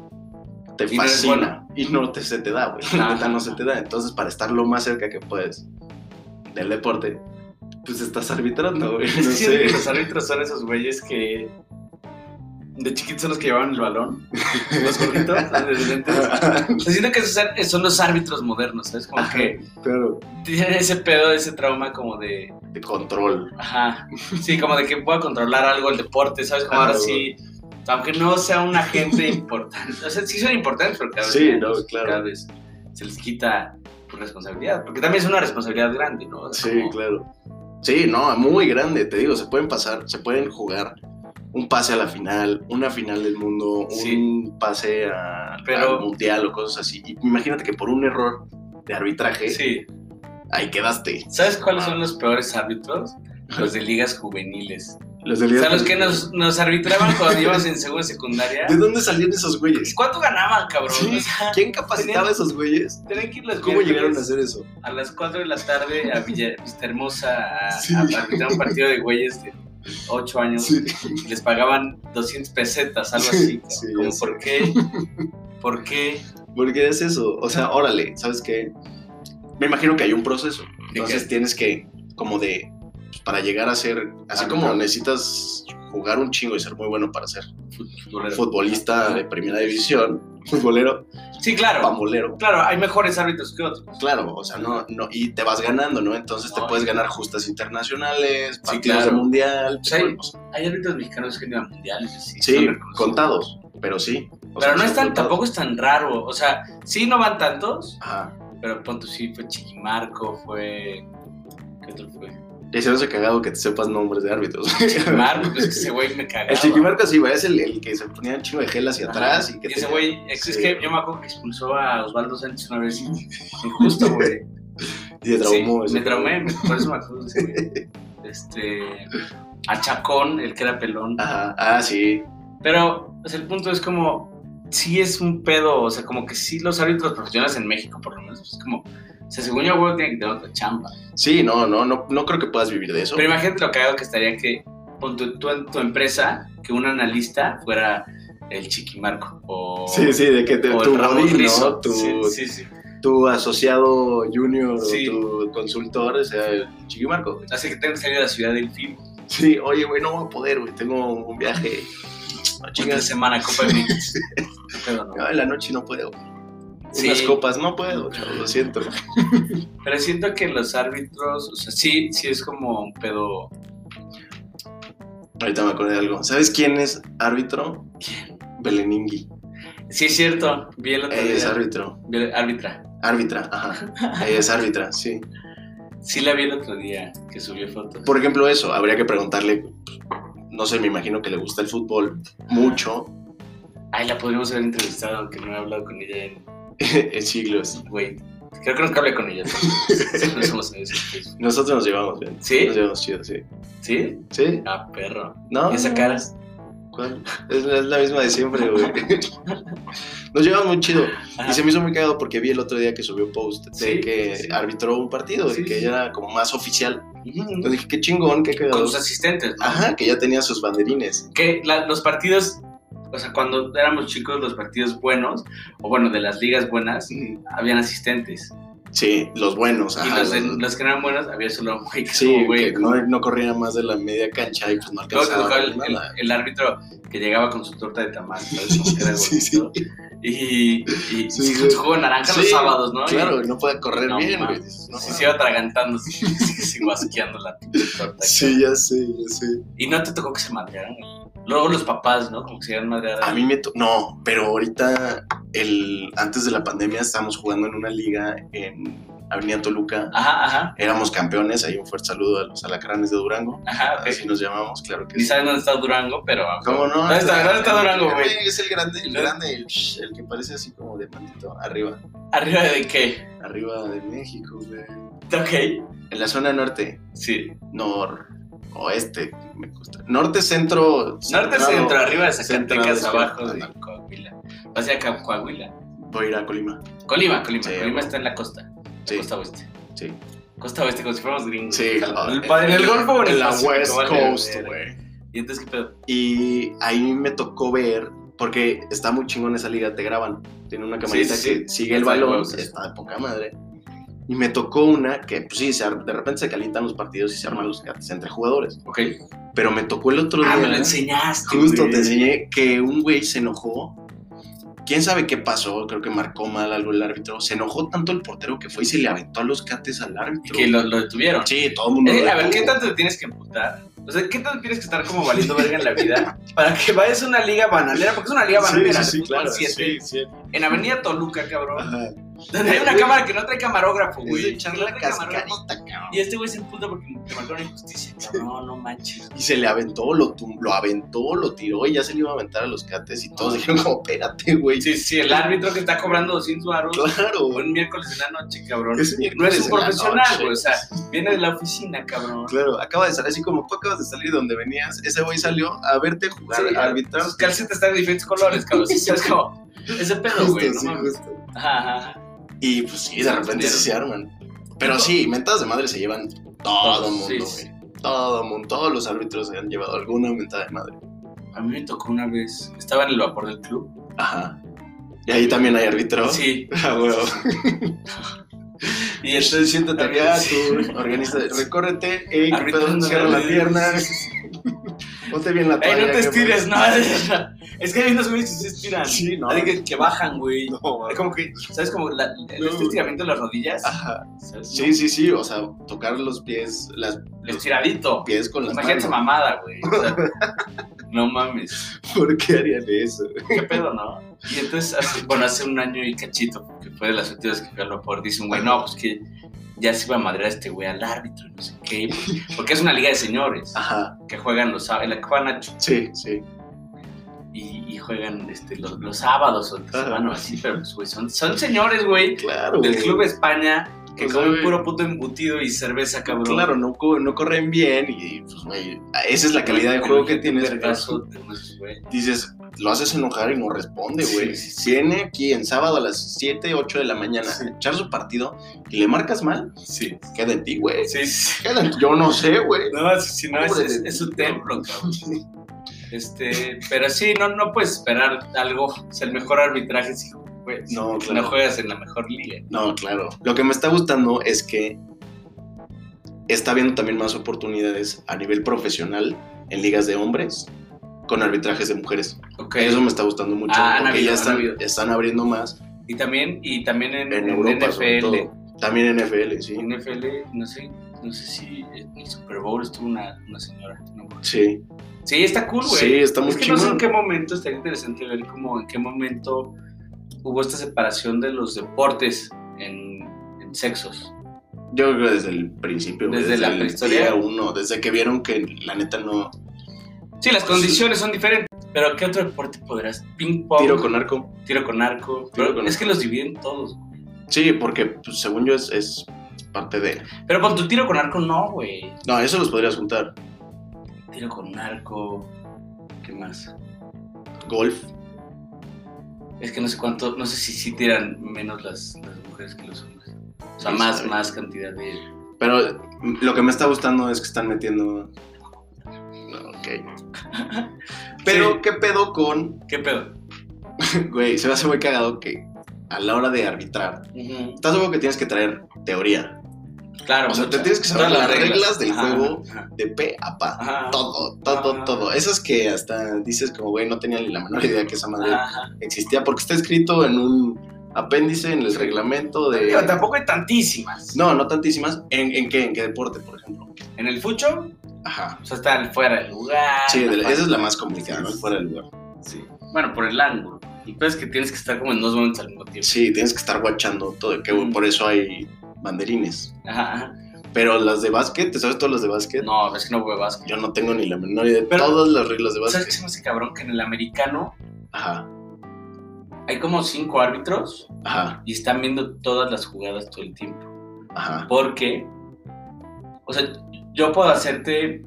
S2: te
S1: Y no eres
S2: fascina y no te, se te da, güey.
S1: Ajá.
S2: La neta no se te da. Entonces, para estar lo más cerca que puedes del deporte, pues estás arbitrando, güey. No
S1: Es que siento
S2: sé.
S1: que los árbitros son esos güeyes que de chiquitos son los que llevaban el balón. Los gorritos, los de lentes. O sea, siento que esos ar- son los árbitros modernos, ¿sabes? Como
S2: Ajá.
S1: que
S2: claro.
S1: tienen ese pedo, ese trauma como de.
S2: De control.
S1: Ajá. Sí, como de que pueda controlar algo el deporte, ¿sabes? Como
S2: Claro.
S1: ahora sí. Aunque no sea un agente importante. O sea, sí son importantes, pero cada vez,
S2: Sí,
S1: menos,
S2: no, claro.
S1: cada vez se les quita tu responsabilidad. Porque también es una responsabilidad grande, ¿no? Es
S2: Sí,
S1: como-
S2: claro. Sí, no, muy grande, te digo, se pueden pasar, se pueden jugar un pase a la final, una final del mundo,
S1: Sí.
S2: un pase a,
S1: Pero-
S2: al mundial o cosas así. Y imagínate que por un error de arbitraje,
S1: Sí.
S2: ahí quedaste.
S1: ¿Sabes cuáles son los peores árbitros? Los de ligas juveniles.
S2: Los
S1: O sea, los que nos, nos arbitraban cuando íbamos en segunda secundaria.
S2: ¿De dónde salían esos güeyes?
S1: ¿Cuánto ganaban, cabrón?
S2: Sí.
S1: O sea,
S2: ¿Quién capacitaba a esos güeyes?
S1: tenían que ir los
S2: ¿Cómo llegaron a
S1: miércoles
S2: hacer eso?
S1: a las 4 de la tarde a Villa, Vista Hermosa a,
S2: Sí.
S1: a arbitrar un partido de güeyes de 8 años
S2: Sí,
S1: y les pagaban 200 pesetas, algo
S2: Sí,
S1: así. cabrón.
S2: sí,
S1: Como,
S2: ya sé.
S1: ¿Por qué? ¿Por qué?
S2: porque es eso. O sea, órale, ¿sabes qué? Me imagino que hay un proceso.
S1: ¿De
S2: Entonces tienes que, como de, pues, para llegar a ser, así
S1: Ah,
S2: como
S1: claro.
S2: necesitas jugar un chingo y ser muy bueno para ser
S1: qué? Futbolero.
S2: futbolista de primera división, futbolero,
S1: Sí, claro.
S2: pambolero,
S1: Claro, hay mejores árbitros que otros.
S2: claro, o sea, no, no, y te vas ganando, ¿no? Entonces te
S1: No,
S2: puedes
S1: y-
S2: ganar justas internacionales, partidos de
S1: claro.
S2: mundial, te
S1: Sí.
S2: puedes-
S1: Hay árbitros mexicanos que han ido a mundiales. Sí, son
S2: sí,
S1: reconocidos.
S2: contados, pero sí. o sea,
S1: Pero no
S2: son
S1: es tan,
S2: contados.
S1: tampoco es tan raro. O sea, sí no van tantos,
S2: Ajá.
S1: pero pon tú sí fue Chiquimarco, fue. ¿Qué otro fue?
S2: Ya se me hace cagado que te sepas nombres de árbitros.
S1: Chiquimarco, pues es que ese güey me cagaba.
S2: El Chiquimarco sí, va, es el, el que se ponía un chingo de gel hacia
S1: Ajá.
S2: atrás y que
S1: Y ese
S2: tenía-
S1: güey, es
S2: Sí.
S1: que yo me acuerdo que expulsó a Osvaldo Sánchez una vez injusto, güey.
S2: y te traumó.
S1: Sí,
S2: ese
S1: me
S2: güey.
S1: traumé, me- por eso me acuerdo de ese güey. Este. A Chacón, el que era pelón.
S2: Ajá. Ah, sí.
S1: Pero o sea, el punto es como, sí es un pedo, o sea, como que sí los árbitros profesionales en México, por lo menos, es como, o sea, según yo, güey, tiene que tener otra chamba.
S2: Sí, no, no, no, no creo que puedas vivir de eso.
S1: Pero imagínate lo cagado que estaría que con tu, tu, tu empresa, que un analista fuera el chiquimarco o,
S2: sí, sí, de que te,
S1: o
S2: tu
S1: el Ramón
S2: Godín, ¿no?
S1: Rizzo.
S2: tu,
S1: Sí, sí, sí.
S2: tu asociado junior
S1: Sí.
S2: o tu consultor, o sea, el Chiquimarco. güey.
S1: Así que tengo que salir de la ciudad del film.
S2: Sí, oye, güey, no voy a poder, güey, tengo un viaje. No,
S1: Una
S2: chingas.
S1: semana, Copa de México. Qué pedo, ¿no?
S2: No, en la noche no puedo. güey.
S1: Sí.
S2: Unas copas no puedo, chavo, lo siento.
S1: Pero siento que los árbitros, o sea, sí, sí es como un pedo.
S2: Ahorita me acordé de algo. ¿Sabes quién es árbitro? Belén Ingui.
S1: Sí, es cierto, vi el otro
S2: Ella es
S1: día.
S2: Eh, árbitro.
S1: Vi el- árbitra.
S2: Árbitra, ajá. Ella es árbitra, sí.
S1: Sí la vi el otro día, que subió fotos.
S2: Por ejemplo, eso, habría que preguntarle, no sé, me imagino que le gusta el fútbol mucho,
S1: Ay, la podríamos haber entrevistado, aunque no he hablado con ella en...
S2: en siglos.
S1: Güey, creo que nunca hablé con ella. Sí, no somos amigos en Facebook.
S2: Nosotros nos llevamos bien.
S1: ¿Sí?
S2: Nos llevamos chido, sí.
S1: ¿Sí?
S2: ¿Sí?
S1: Ah, perro.
S2: ¿No?
S1: ¿Y esa cara?
S2: ¿Cuál? Es, la- es la misma de siempre, güey. Nos llevamos muy chido.
S1: Ajá.
S2: Y se me hizo muy cagado porque vi el otro día que subió un post de
S1: Sí,
S2: que
S1: sí.
S2: arbitró un partido
S1: Sí,
S2: y que
S1: sí.
S2: ella era como más oficial.
S1: Ujú.
S2: Entonces dije, qué chingón, qué
S1: Con
S2: cagado.
S1: sus asistentes, ¿no?
S2: Ajá, que ya tenía sus banderines.
S1: Que la- los partidos, o sea, cuando éramos chicos, los partidos buenos, o bueno, de las ligas buenas, habían asistentes.
S2: Sí, los buenos.
S1: y
S2: Ajá,
S1: los, de-
S2: los-
S1: los que no eran buenos, había solo un güey que
S2: Sí,
S1: como, güey,
S2: que no, no corría más de la media cancha y pues no
S1: Luego te
S2: alcanzaba.
S1: tocaba el, el-
S2: nada.
S1: el árbitro que llegaba con su torta de tamal, ¿sabes? Como que era
S2: Sí,
S1: gordito. Y, y
S2: Sí,
S1: sí,
S2: sí.
S1: jugo de naranja los
S2: Sí,
S1: sábados, ¿no?
S2: Claro, y no puede correr
S1: No,
S2: bien, güey.
S1: mames.
S2: Dices,
S1: Y,
S2: no,
S1: sí, se iba atragantando, sí, sí, sí, guasqueando la pinche torta.
S2: Sí, ya sé, ya sé.
S1: Y no te tocó que se madrearan. Luego los papás, ¿no? Como que se iban a madrear.
S2: A mí me to- no, pero ahorita el antes de la pandemia estábamos jugando en una liga en Avenida Toluca.
S1: Ajá, ajá,
S2: Éramos campeones, ahí un fuerte saludo a los alacranes de Durango.
S1: ajá, ok.
S2: Así nos llamamos, claro que
S1: Ni
S2: sí.
S1: saben dónde está Durango, pero.
S2: ¿Cómo no?
S1: ¿Dónde está, dónde está Durango, güey?
S2: Es el grande, el grande, el, shh, el que parece así como de mantito, arriba,
S1: ¿Arriba de qué?
S2: arriba de México, güey.
S1: Ok.
S2: En la zona norte,
S1: Sí.
S2: nor, oeste, me cuesta. Norte, centro,
S1: Norte, centro, arriba de
S2: centrado,
S1: Zacatecas,
S2: sí.
S1: abajo de Coahuila. Vas a ir a Coahuila.
S2: Voy a ir a Colima.
S1: Colima, Colima.
S2: Sí,
S1: Colima
S2: bueno.
S1: está en la costa. la
S2: Sí.
S1: Costa oeste.
S2: Sí.
S1: Costa oeste, como si fuéramos gringos.
S2: Sí,
S1: el
S2: eh,
S1: padre del Golfo, bueno,
S2: en la
S1: sí,
S2: West
S1: vale,
S2: Coast,
S1: verga.
S2: güey.
S1: ¿Y entonces qué pedo?
S2: Y ahí me tocó ver, porque está muy chingón esa liga, te graban. Tiene una camarita
S1: Sí, sí,
S2: que sigue el
S1: Está de
S2: balón,
S1: huevos, sí.
S2: está de poca madre. Y me tocó una que, pues sí, se ar- de repente se calientan los partidos y se arman los gatos entre jugadores.
S1: Ok.
S2: Pero me tocó el otro día.
S1: Ah, me lo enseñaste.
S2: Justo
S1: güey.
S2: te enseñé que un güey se enojó. Quién sabe qué pasó, creo que marcó mal algo el árbitro. Se enojó tanto el portero que fue y se le aventó a los cates al
S1: Y
S2: árbitro.
S1: que lo, lo detuvieron.
S2: Sí, todo el mundo.
S1: Eh,
S2: lo
S1: a ver, ¿qué
S2: detuvo.
S1: tanto te tienes que emputar? O sea, ¿qué tanto tienes que estar como valiendo verga en la vida para que vayas a una liga banalera? Porque es una liga banalera. de fútbol siete,
S2: sí.
S1: En Avenida Toluca, cabrón.
S2: Ajá.
S1: Donde hay una
S2: Güey.
S1: cámara que no trae camarógrafo,
S2: Es de
S1: güey.
S2: echar
S1: No
S2: la
S1: trae camarógrafo.
S2: cascarita, cabrón.
S1: Y este güey se emputa porque te marcó una injusticia. No, no manches.
S2: Y se le aventó, lo, tum- lo aventó, lo tiró y ya se le iba a aventar a los cates y todos dijeron como, espérate, güey.
S1: Sí, sí, el árbitro que está cobrando 200 baros
S2: Claro,
S1: un miércoles en la noche, cabrón.
S2: Es
S1: No
S2: miércoles
S1: es un
S2: en la
S1: profesional,
S2: noche.
S1: güey. O sea, viene de la oficina, cabrón.
S2: Claro, acaba de salir así como tú acabas de salir de donde venías, ese güey salió a verte jugar,
S1: Sí,
S2: a arbitrar.
S1: Sus calcetas están de diferentes colores, cabrón. Sí, ¿sabes cómo? Ese pedo,
S2: Justo,
S1: güey. No
S2: sí,
S1: mames.
S2: justo.
S1: Ajá, ajá, ajá.
S2: Y pues sí, de repente sí se arman. Pero sí, mentadas de madre se llevan todo
S1: Todos,
S2: mundo,
S1: sí,
S2: güey.
S1: sí.
S2: Todo mundo, todos los árbitros se han llevado alguna mentada de madre.
S1: A mí me tocó una vez. Estaba en el vapor del club.
S2: Ajá. Y ahí también hay árbitro.
S1: Sí.
S2: Ah, huevo.
S1: Y este entonces.
S2: Y entonces siéntate acá,
S1: Sí.
S2: tú organiza, recórrete, ey, qué
S1: Arbitrando,
S2: pedo, cierra la
S1: sí,
S2: pierna,
S1: sí,
S2: ponte bien la
S1: Ey,
S2: toalla.
S1: no te
S2: qué
S1: estires,
S2: pedo.
S1: no. Es que hay unos güeyes que se estiran.
S2: Sí, no.
S1: Hay que, que bajan, güey.
S2: No,
S1: Es como que, ¿sabes? Como la- el
S2: No.
S1: este estiramiento de las rodillas.
S2: Ajá.
S1: ¿sabes?
S2: Sí, sí, sí, o sea, tocar los pies, las,
S1: El estiradito.
S2: pies con las
S1: Imagínate esa
S2: manos.
S1: mamada, güey. O sea, no mames.
S2: ¿Por qué harían eso?
S1: ¿Qué pedo, no? Y entonces, hace- bueno, hace un año y cachito, que fue de las últimas que fui al vapor, dice un güey, no, pues que ya se iba a madrear este güey al árbitro, y no sé qué, porque es una liga de señores
S2: Ajá,
S1: que juegan los sábados, en la que juega Nacho,
S2: sí, sí.
S1: y, y juegan este, los, los sábados o entre
S2: Ajá.
S1: semana o así, pero pues, güey, son, son señores, güey,
S2: Claro.
S1: del
S2: güey.
S1: Club España, que
S2: O sea,
S1: comen
S2: Pues, güey.
S1: puro puto embutido y cerveza, cabrón.
S2: Claro, no, co- no corren bien y pues, güey, esa es la calidad de juego que tienes. pero
S1: Vergazo de unos, güey.
S2: Dices, lo haces enojar y no responde,
S1: Sí,
S2: güey.
S1: sí,
S2: Viene aquí en sábado a las 7, 8 de la mañana
S1: Sí.
S2: a echar su partido y le marcas mal,
S1: Sí,
S2: queda en ti, güey.
S1: sí, sí.
S2: Queda en ti. Yo no sé, güey.
S1: No, si no, es,
S2: Pobre
S1: es,
S2: de
S1: es
S2: ti,
S1: un templo,
S2: cabrón.
S1: cabrón. Este, pero sí, no, no puedes esperar algo. O sea, el mejor arbitraje si pues,
S2: No,
S1: si
S2: claro.
S1: no juegas en la mejor liga.
S2: No, claro. Lo que me está gustando es que está habiendo también más oportunidades a nivel profesional en ligas de hombres con arbitrajes de mujeres.
S1: Ok.
S2: Eso me está gustando mucho.
S1: Ah, han
S2: porque
S1: habido,
S2: ya
S1: han
S2: están,
S1: habido.
S2: están abriendo más
S1: Y también, y también en,
S2: en Europa, sobre
S1: NFL.
S2: todo. También en NFL, sí.
S1: En NFL, no sé, no sé si en el Super Bowl estuvo una, una señora. no.
S2: Sí.
S1: Sí, está cool, güey.
S2: Sí, está muy
S1: es que no sé en
S2: chingón.
S1: qué momento estaría interesante ver como en qué momento hubo esta separación de los deportes en, en sexos.
S2: Yo creo que desde el principio, güey,
S1: Desde la
S2: el
S1: prehistoria.
S2: día uno, desde que vieron que la neta no
S1: Sí, las condiciones son diferentes. Pero ¿qué otro deporte podrás? Ping pong,
S2: tiro con arco.
S1: tiro con arco.
S2: Tiro
S1: Pero
S2: con
S1: es que los dividen todos.
S2: Sí, porque pues, según yo es, es parte de.
S1: Pero con tu tiro con arco no, güey.
S2: No, eso los podrías juntar.
S1: Tiro con arco. ¿Qué más?
S2: Golf.
S1: Es que no sé cuánto, no sé si sí tiran menos las, las mujeres que los hombres. O sea,
S2: Sí,
S1: más,
S2: sabe.
S1: más cantidad de.
S2: Pero mm, lo que me está gustando es que están metiendo. No, Ok. Pero,
S1: Sí.
S2: ¿qué pedo con.
S1: ¿Qué pedo?
S2: Güey, se me hace muy cagado que a la hora de arbitrar, estás seguro que tienes que traer teoría.
S1: Claro,
S2: O sea, te
S1: muchas.
S2: tienes que saber
S1: Todas
S2: las reglas del
S1: Ajá,
S2: juego.
S1: ajá,
S2: de pe a pa.
S1: Ajá. Ah.
S2: Todo, todo,
S1: Ajá.
S2: todo. Esas que hasta dices como, güey, no tenía ni la menor idea que esa madre
S1: ajá.
S2: existía, porque está escrito en un apéndice, en el reglamento
S1: Pero
S2: de...
S1: tampoco hay tantísimas.
S2: No, no tantísimas. ¿En, en qué? ¿En qué deporte, por ejemplo?
S1: En el fucho,
S2: Ajá.
S1: o sea, está el fuera del lugar.
S2: Sí, de la-
S1: falta-
S2: esa es la más complicada, ¿no? Fuera del lugar.
S1: Sí. Bueno, por el ángulo. Y pues es que tienes que estar como en dos momentos al mismo tiempo.
S2: Sí, tienes que estar guachando todo, que por eso hay banderines.
S1: Ajá, ajá.
S2: Pero las de básquet, ¿te sabes todas las de básquet?
S1: No, es que no juego básquet.
S2: Yo no tengo ni la menor idea de
S1: Pero-
S2: todas las reglas de
S1: ¿Sabes qué
S2: básquet.
S1: se me hace cabrón? Que en el americano
S2: Ajá,
S1: hay como cinco árbitros
S2: ajá,
S1: y están viendo todas las jugadas todo el tiempo.
S2: ajá.
S1: Porque, o sea, yo puedo hacerte,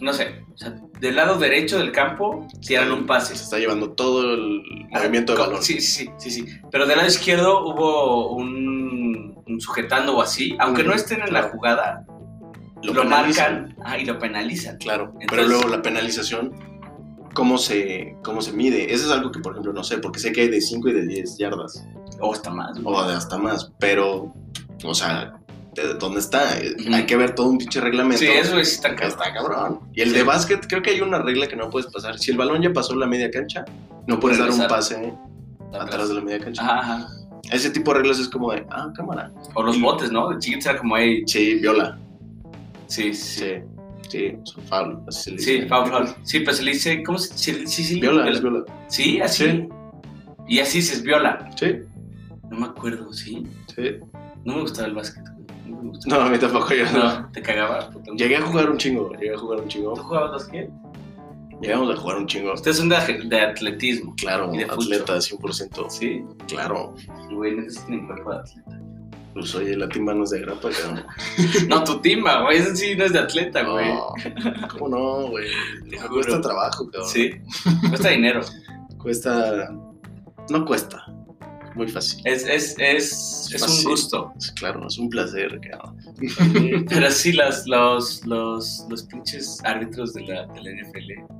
S1: no sé, o sea, del lado derecho del campo tiran un pase.
S2: Se está llevando todo el movimiento de
S1: Ah, Co-
S2: balón.
S1: Sí, sí, sí, sí. sí. Pero del lado izquierdo hubo un, un sujetando o así. Aunque no estén en la jugada, lo,
S2: penalizan.
S1: marcan ah, y lo penalizan.
S2: Claro, pero
S1: Entonces-
S2: luego la penalización, ¿cómo se, ¿cómo se mide? Eso es algo que, por ejemplo, no sé, porque sé que hay de 5 y de 10 yardas,
S1: O Oh, está más. güey.
S2: o de hasta más, pero, o sea, ¿de dónde está? Eh,
S1: Ujú.
S2: Hay que ver todo un pinche reglamento.
S1: Sí, eso es tan
S2: Que
S1: cabrón.
S2: Está cabrón. Y el
S1: Sí.
S2: de básquet, creo que hay una regla que no puedes pasar. Si el balón ya pasó la media cancha, no puedes dar un
S1: regresar.
S2: pase atrás de la media cancha.
S1: Ajá, ajá.
S2: Ese tipo de reglas es como de, ah, cámara.
S1: O los botes, ¿no? De chiquitos era como, hey,
S2: Sí, viola.
S1: sí, sí.
S2: Sí, sí, o sea, foul, así se le
S1: Sí,
S2: dice.
S1: Pablo. Sí, pero se le dice, ¿cómo se sí, sí, sí,
S2: Viola,
S1: viola.
S2: es viola.
S1: Sí, así.
S2: Sí.
S1: Y así se viola.
S2: Sí,
S1: No me acuerdo, sí.
S2: sí.
S1: No me gustaba el básquet. güey. No, me gustaba.
S2: No, a mí tampoco yo no.
S1: No, te cagaba. puta.
S2: Llegué a jugar un chingo, llegué a jugar un
S1: ¿Tú
S2: chingo.
S1: jugabas básquet?
S2: Llegamos a jugar un chingo.
S1: Ustedes son de, aje- de atletismo.
S2: Claro,
S1: Y de fucho.
S2: atleta 100%.
S1: Sí.
S2: Claro,
S1: Güey, no tienen cuerpo de atleta.
S2: pues oye, la timba no es de grapa, cabrón.
S1: No, tu timba, güey. Ese sí no es de atleta, Ah, güey.
S2: No, ¿Cómo no, güey?
S1: Te
S2: Me
S1: juro.
S2: Cuesta trabajo, cabrón.
S1: Sí. Cuesta dinero.
S2: Cuesta. No cuesta. Muy fácil.
S1: Es, es, es, es
S2: Fácil.
S1: un gusto.
S2: Es Claro, es un placer, cabrón.
S1: Pero sí, las, los, los, los pinches árbitros de la, de la NFL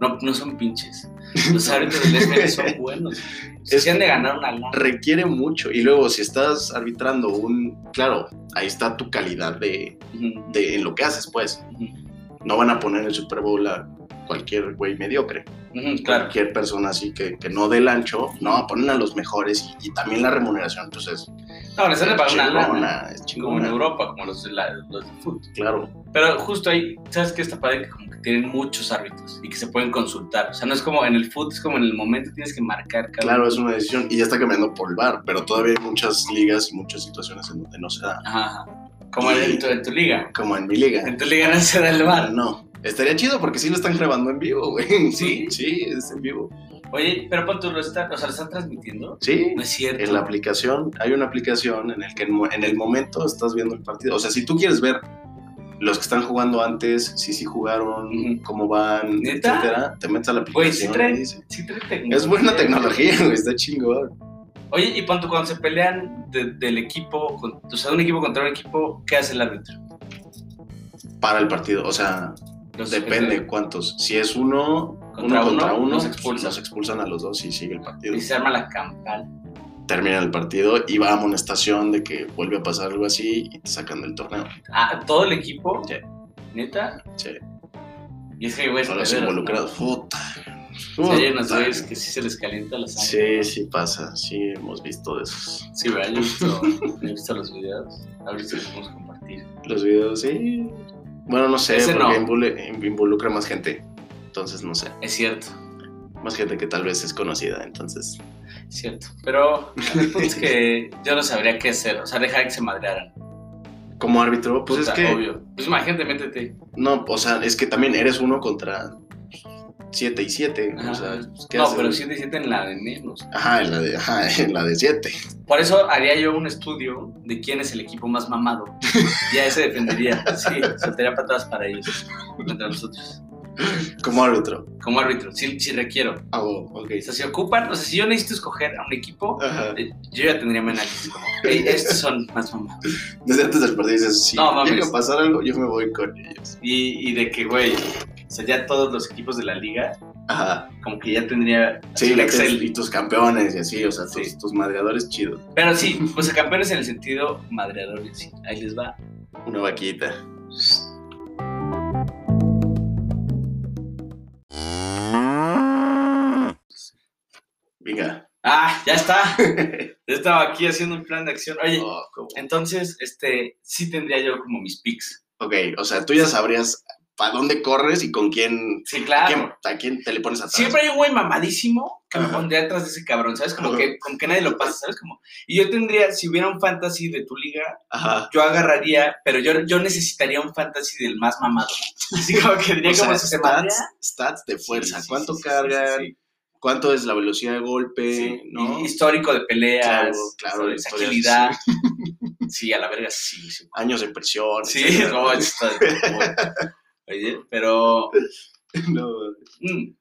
S1: no, no son pinches. Los árbitros de la NFL son buenos. Se
S2: Es-
S1: han de ganar una lana.
S2: Requiere mucho. Y luego, si estás arbitrando un. Claro, ahí está tu calidad de,
S1: Ujú.
S2: de- en lo que haces, pues. No van a poner el Super Bowl a cualquier güey mediocre.
S1: Ujú, Claro.
S2: cualquier persona así que, que no del ancho, no, ponen a los mejores y, y también la remuneración, entonces
S1: No, les han de
S2: es
S1: pagar una lana.
S2: chingona, es
S1: Como en
S2: chingona,
S1: Europa, como los de, la, los de fútbol.
S2: claro,
S1: Pero justo ahí, ¿sabes qué está padre? Que como que tienen muchos árbitros y que se pueden consultar. O sea, no es como en el fútbol, es como en el momento tienes que marcar. cada
S2: claro, es una decisión y ya está cambiando por el bar, pero todavía hay muchas ligas y muchas situaciones en donde no se da,
S1: Ajá. Como en, en tu, en tu liga.
S2: como en mi liga.
S1: En tu liga no se da el bar.
S2: No, estaría chido porque sí lo están grabando en vivo, güey.
S1: ¿Sí?
S2: Sí, es en vivo.
S1: Oye, pero pon tú, lo están, o sea, lo están transmitiendo.
S2: Sí,
S1: No es cierto.
S2: en la aplicación, hay una aplicación en el que en, mo- en el momento estás viendo el partido. O sea, si tú quieres ver los que están jugando antes, si sí jugaron,
S1: Ujú.
S2: cómo van,
S1: ¿Neta?
S2: etcétera, te metes a la
S1: Güey, sí
S2: aplicación.
S1: trae-
S2: y dice,
S1: Sí, trae tecnología.
S2: es buena tecnología, güey, está chingón.
S1: Oye, y pon tú, cuando se pelean de- del equipo, con- o sea, de un equipo contra un equipo, ¿qué hace el árbitro?
S2: Para el partido, o sea,
S1: Los
S2: depende
S1: suspende
S2: cuántos. Si es uno,
S1: Pues, Contra
S2: uno contra
S1: uno,
S2: uno,
S1: los
S2: pues,
S1: expulsan.
S2: los expulsan a los dos y sigue el partido.
S1: Y se arma la campal.
S2: Termina el partido y va a amonestación de que vuelve a pasar algo así y te sacan del torneo.
S1: Ah, todo el equipo.
S2: Sí.
S1: Neta.
S2: Sí,
S1: Y es que, güey,
S2: todos los
S1: perderos,
S2: involucrados. Puta.
S1: ¿no? Sí, hay unos
S2: Puta.
S1: güeyes que sí se les calienta la sangre.
S2: Sí, sí pasa, sí hemos visto de esos.
S1: Sí, ¿verdad? Yo he visto, yo he visto los videos. A ver si los podemos compartir.
S2: Los videos, sí. Bueno, no sé,
S1: Ese
S2: porque
S1: no.
S2: invule- involucra más gente. Entonces, no sé.
S1: Es cierto,
S2: Más gente que tal vez es conocida, entonces.
S1: es cierto. Pero es que yo no sabría qué hacer. O sea, dejar que se madrearan.
S2: Como árbitro, pues
S1: Puta,
S2: es que.
S1: Obvio. Pues imagínate, métete.
S2: No, o sea, es que también eres uno contra 7 y 7.
S1: Ajá.
S2: O sea, pues, ¿qué
S1: No,
S2: haces?
S1: pero 7 y 7 en la de menos.
S2: Ajá, en la de, ajá, en la de 7.
S1: Por eso haría yo un estudio de quién es el equipo más mamado. Ya ese defendería. Sí, soltaría patadas para ellos. Contra nosotros.
S2: Como árbitro.
S1: Como árbitro, si, si requiero.
S2: Ah, oh, ok.
S1: O sea, si ocupan, o sea, si yo necesito escoger a un equipo,
S2: Ajá.
S1: eh, yo ya tendría mi análisis como, "Ey, estos son más mamados.
S2: Desde antes del partido dices, si
S1: No, mames.
S2: llega a pasar algo, yo me voy con ellos.
S1: Y, y de que, güey, o sea, ya todos los equipos de la liga,
S2: Ajá.
S1: como que ya tendría así
S2: Sí,
S1: un
S2: la
S1: Excel.
S2: y tus campeones y así, o sea, tus,
S1: Sí.
S2: tus madreadores chidos.
S1: pues, Pero sí, o sea, campeones en el sentido madreadores, sí. Ahí les va.
S2: Una vaquita. Venga.
S1: Ah, ya está. Yo estaba aquí haciendo un plan de acción. Oye,
S2: Oh, cómo-
S1: entonces, este, sí tendría yo como mis picks.
S2: Ok, o sea, tú ya sabrías para dónde corres y con quién,
S1: Sí,
S2: a
S1: claro.
S2: quién, a quién te le pones atrás.
S1: Siempre hay un güey mamadísimo que me
S2: Ajá.
S1: pondría atrás de ese cabrón, ¿sabes? Como
S2: Ajá.
S1: que, como que nadie lo pasa, ¿sabes? Como, y yo tendría, si hubiera un fantasy de tu liga,
S2: Ajá.
S1: yo agarraría, pero yo, yo necesitaría un fantasy del más mamado. Así como que diría
S2: O sea,
S1: como su tarea.
S2: stats, stats de fuerza.
S1: Sí, sí,
S2: ¿Cuánto
S1: sí, sí,
S2: cargan?
S1: sí,
S2: ¿Cuánto es la velocidad de golpe?
S1: sí, sí.
S2: ¿No?
S1: Y- Histórico de peleas,
S2: Claro, claro,
S1: ¿sabes?
S2: historias.
S1: agilidad. Sí, a la verga sí. sí.
S2: Años de presión.
S1: Sí,
S2: etcétera.
S1: no, está Oye, pero
S2: No,
S1: mm,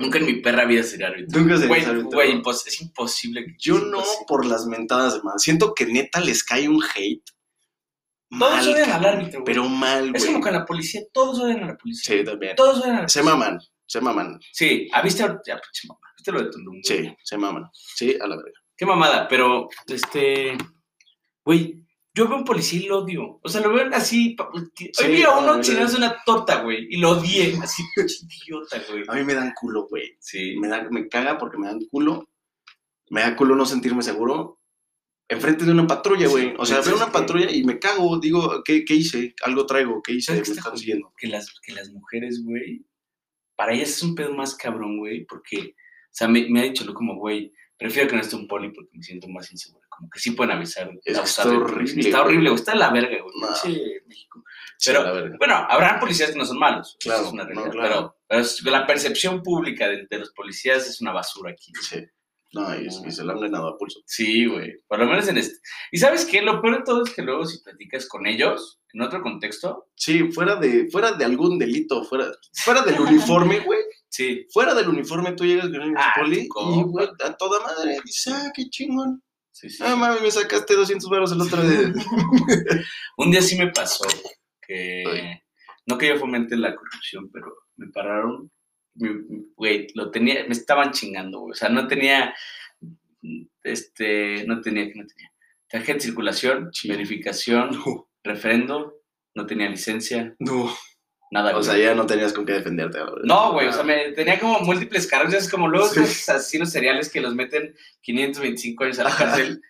S1: nunca en mi perra vida sería árbitro.
S2: Nunca se
S1: Güey,
S2: les aventó.
S1: güey, pues impos- es imposible. que-
S2: Yo
S1: es
S2: no
S1: imposible.
S2: por las mentadas de madre. Siento que neta les cae un hate.
S1: Todos odian al
S2: cabrón,
S1: árbitro, güey.
S2: Pero mal, güey.
S1: Es como con la policía, todos odian a la policía.
S2: Sí, también.
S1: Todos odian a la
S2: Se
S1: policía.
S2: maman, se maman.
S1: Sí, ¿ah, viste, ahor- ya, pinche mamá, ¿viste lo de Tulum? güey?
S2: Sí, se maman. Sí, a la verga.
S1: Qué mamada, pero, este, güey, yo veo a un policía y lo odio. O sea, lo veo así, pa-
S2: Sí,
S1: hoy vi a
S2: no,
S1: uno
S2: no,
S1: tirándose
S2: no.
S1: una torta, güey, y lo odié, así, pinche idiota, güey.
S2: A mí me dan culo, güey.
S1: Sí,
S2: Me, da- me caga porque me dan culo. Me da culo no sentirme seguro. Enfrente de una patrulla, güey. O sea,
S1: Sí,
S2: veo
S1: sí,
S2: una
S1: sí.
S2: patrulla y me cago. Digo, ¿qué, qué hice? Algo traigo, ¿qué hice? Me
S1: ¿Sabes qué está
S2: están siguiendo.
S1: que las, que las mujeres, güey, para ellas es un pedo más cabrón, güey, porque, o sea, me, me ha dicho, lo como, güey, prefiero que no esté un poli porque me siento más insegura. Como que sí pueden avisar.
S2: Es que está
S1: abusado,
S2: horrible,
S1: Está
S2: güey.
S1: horrible, güey, está de la verga, güey.
S2: No.
S1: pinche México.
S2: Sí,
S1: Pero,
S2: a la verga.
S1: bueno, habrán policías que no son malos. eso
S2: Claro,
S1: es una
S2: no,
S1: realidad.
S2: claro.
S1: Pero, pero es- la percepción pública de, de los policías es una basura aquí.
S2: Sí. No, y, y se la han ganado a pulso.
S1: Sí, güey. Por lo menos en este. ¿Y sabes qué? Lo peor de todo es que luego si platicas con ellos, en otro contexto,
S2: Sí, fuera de, fuera de algún delito, fuera, fuera del uniforme, güey.
S1: sí.
S2: Fuera del uniforme tú llegas con el
S1: Ah,
S2: poli
S1: tu
S2: y, güey, a toda madre. Dice, ah, qué chingón.
S1: sí, sí,
S2: Ah,
S1: sí.
S2: mami, me sacaste 200 baros el otro día.
S1: Un día sí me pasó que.
S2: Ay.
S1: No que yo fomente la corrupción, pero me pararon. mi- Güey, lo tenía. Me estaban chingando, güey. O sea, no tenía. Este. No tenía. ¿qué No tenía. Tarjeta de circulación,
S2: Sí.
S1: verificación,
S2: No,
S1: refrendo. No tenía licencia,
S2: no.
S1: nada.
S2: O
S1: güey.
S2: sea, ya no tenías con qué defenderte. la verdad.
S1: no, güey, o sea, me tenía como múltiples cargos, es como luego
S2: Sí.
S1: esos asesinos seriales que los meten 525 años a la
S2: Ajá.
S1: cárcel,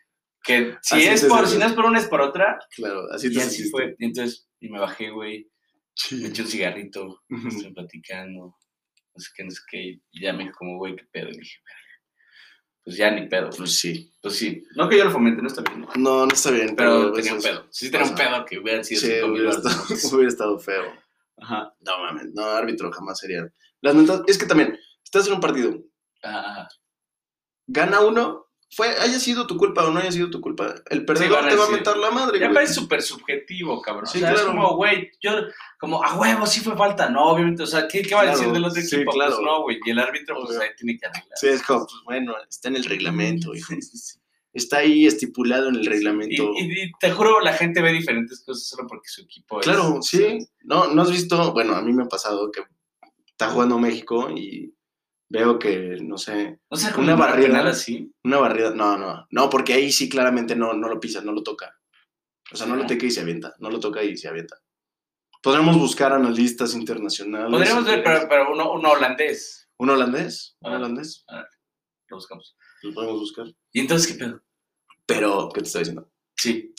S1: que si
S2: Así
S1: es
S2: te
S1: por,
S2: sentí.
S1: si no es por una es por otra,
S2: Ah, Claro, así
S1: y
S2: te
S1: así
S2: sentiste.
S1: fue, y entonces, y me bajé, güey, me
S2: Sí.
S1: eché un cigarrito,
S2: Ujú.
S1: estoy platicando, no sé qué, no sé qué, y ya me dijo como, güey, qué pedo, y dije, "Verga". pues ya ni pedo, pues,
S2: Pues sí.
S1: pues sí, no que yo lo fomente, no está bien, ¿no?
S2: No, no está bien.
S1: pero
S2: a
S1: tenía un
S2: veces-
S1: pedo, sí tenía un
S2: pasa.
S1: pedo que hubieran sido
S2: Sí,
S1: cinco mil
S2: hubiera
S1: dólares,
S2: estado,
S1: ¿no?
S2: hubiera estado feo.
S1: Ajá,
S2: No mames, no, árbitro jamás sería. Las mentadas, es que también, estás en un partido,
S1: ajá,
S2: gana uno, fue, haya sido tu culpa o no haya sido tu culpa, el perdedor
S1: van a
S2: te va a
S1: decir.
S2: mentar la madre,
S1: ya
S2: güey.
S1: parece súper subjetivo, cabrón,
S2: Sí,
S1: o sea, es
S2: claro.
S1: como, güey, yo, como, a huevo, sí fue falta, no, obviamente, o sea, ¿qué, qué va a decir
S2: Claro,
S1: del otro
S2: sí,
S1: equipo? Pues
S2: claro.
S1: no, güey, y el árbitro, pues
S2: Obvio.
S1: ahí tiene que arreglar.
S2: Sí, es como, pues bueno, está en el reglamento, hijo.
S1: Sí, sí, sí.
S2: Está ahí estipulado en el
S1: Y,
S2: reglamento.
S1: y- y te juro, la gente ve diferentes cosas solo porque su equipo es-
S2: claro, sí. pues, No, no has visto, bueno, a mí me ha pasado que está jugando México y veo que, no sé,
S1: O sea,
S2: Una barrida.
S1: penal así.
S2: una barrida, no, no, no, porque ahí sí claramente no, no lo pisa, no lo toca. O sea, no lo
S1: Ajá.
S2: toca y se avienta, no lo toca y se avienta. Podremos buscar analistas internacionales.
S1: Podríamos
S2: si
S1: ver,
S2: quieres.
S1: pero, pero uno, uno holandés.
S2: ¿Un holandés? ¿Un
S1: Ah.
S2: holandés?
S1: Lo buscamos.
S2: Lo podemos buscar.
S1: ¿Y entonces qué pedo?
S2: Pero, ¿qué te estoy diciendo?
S1: Sí.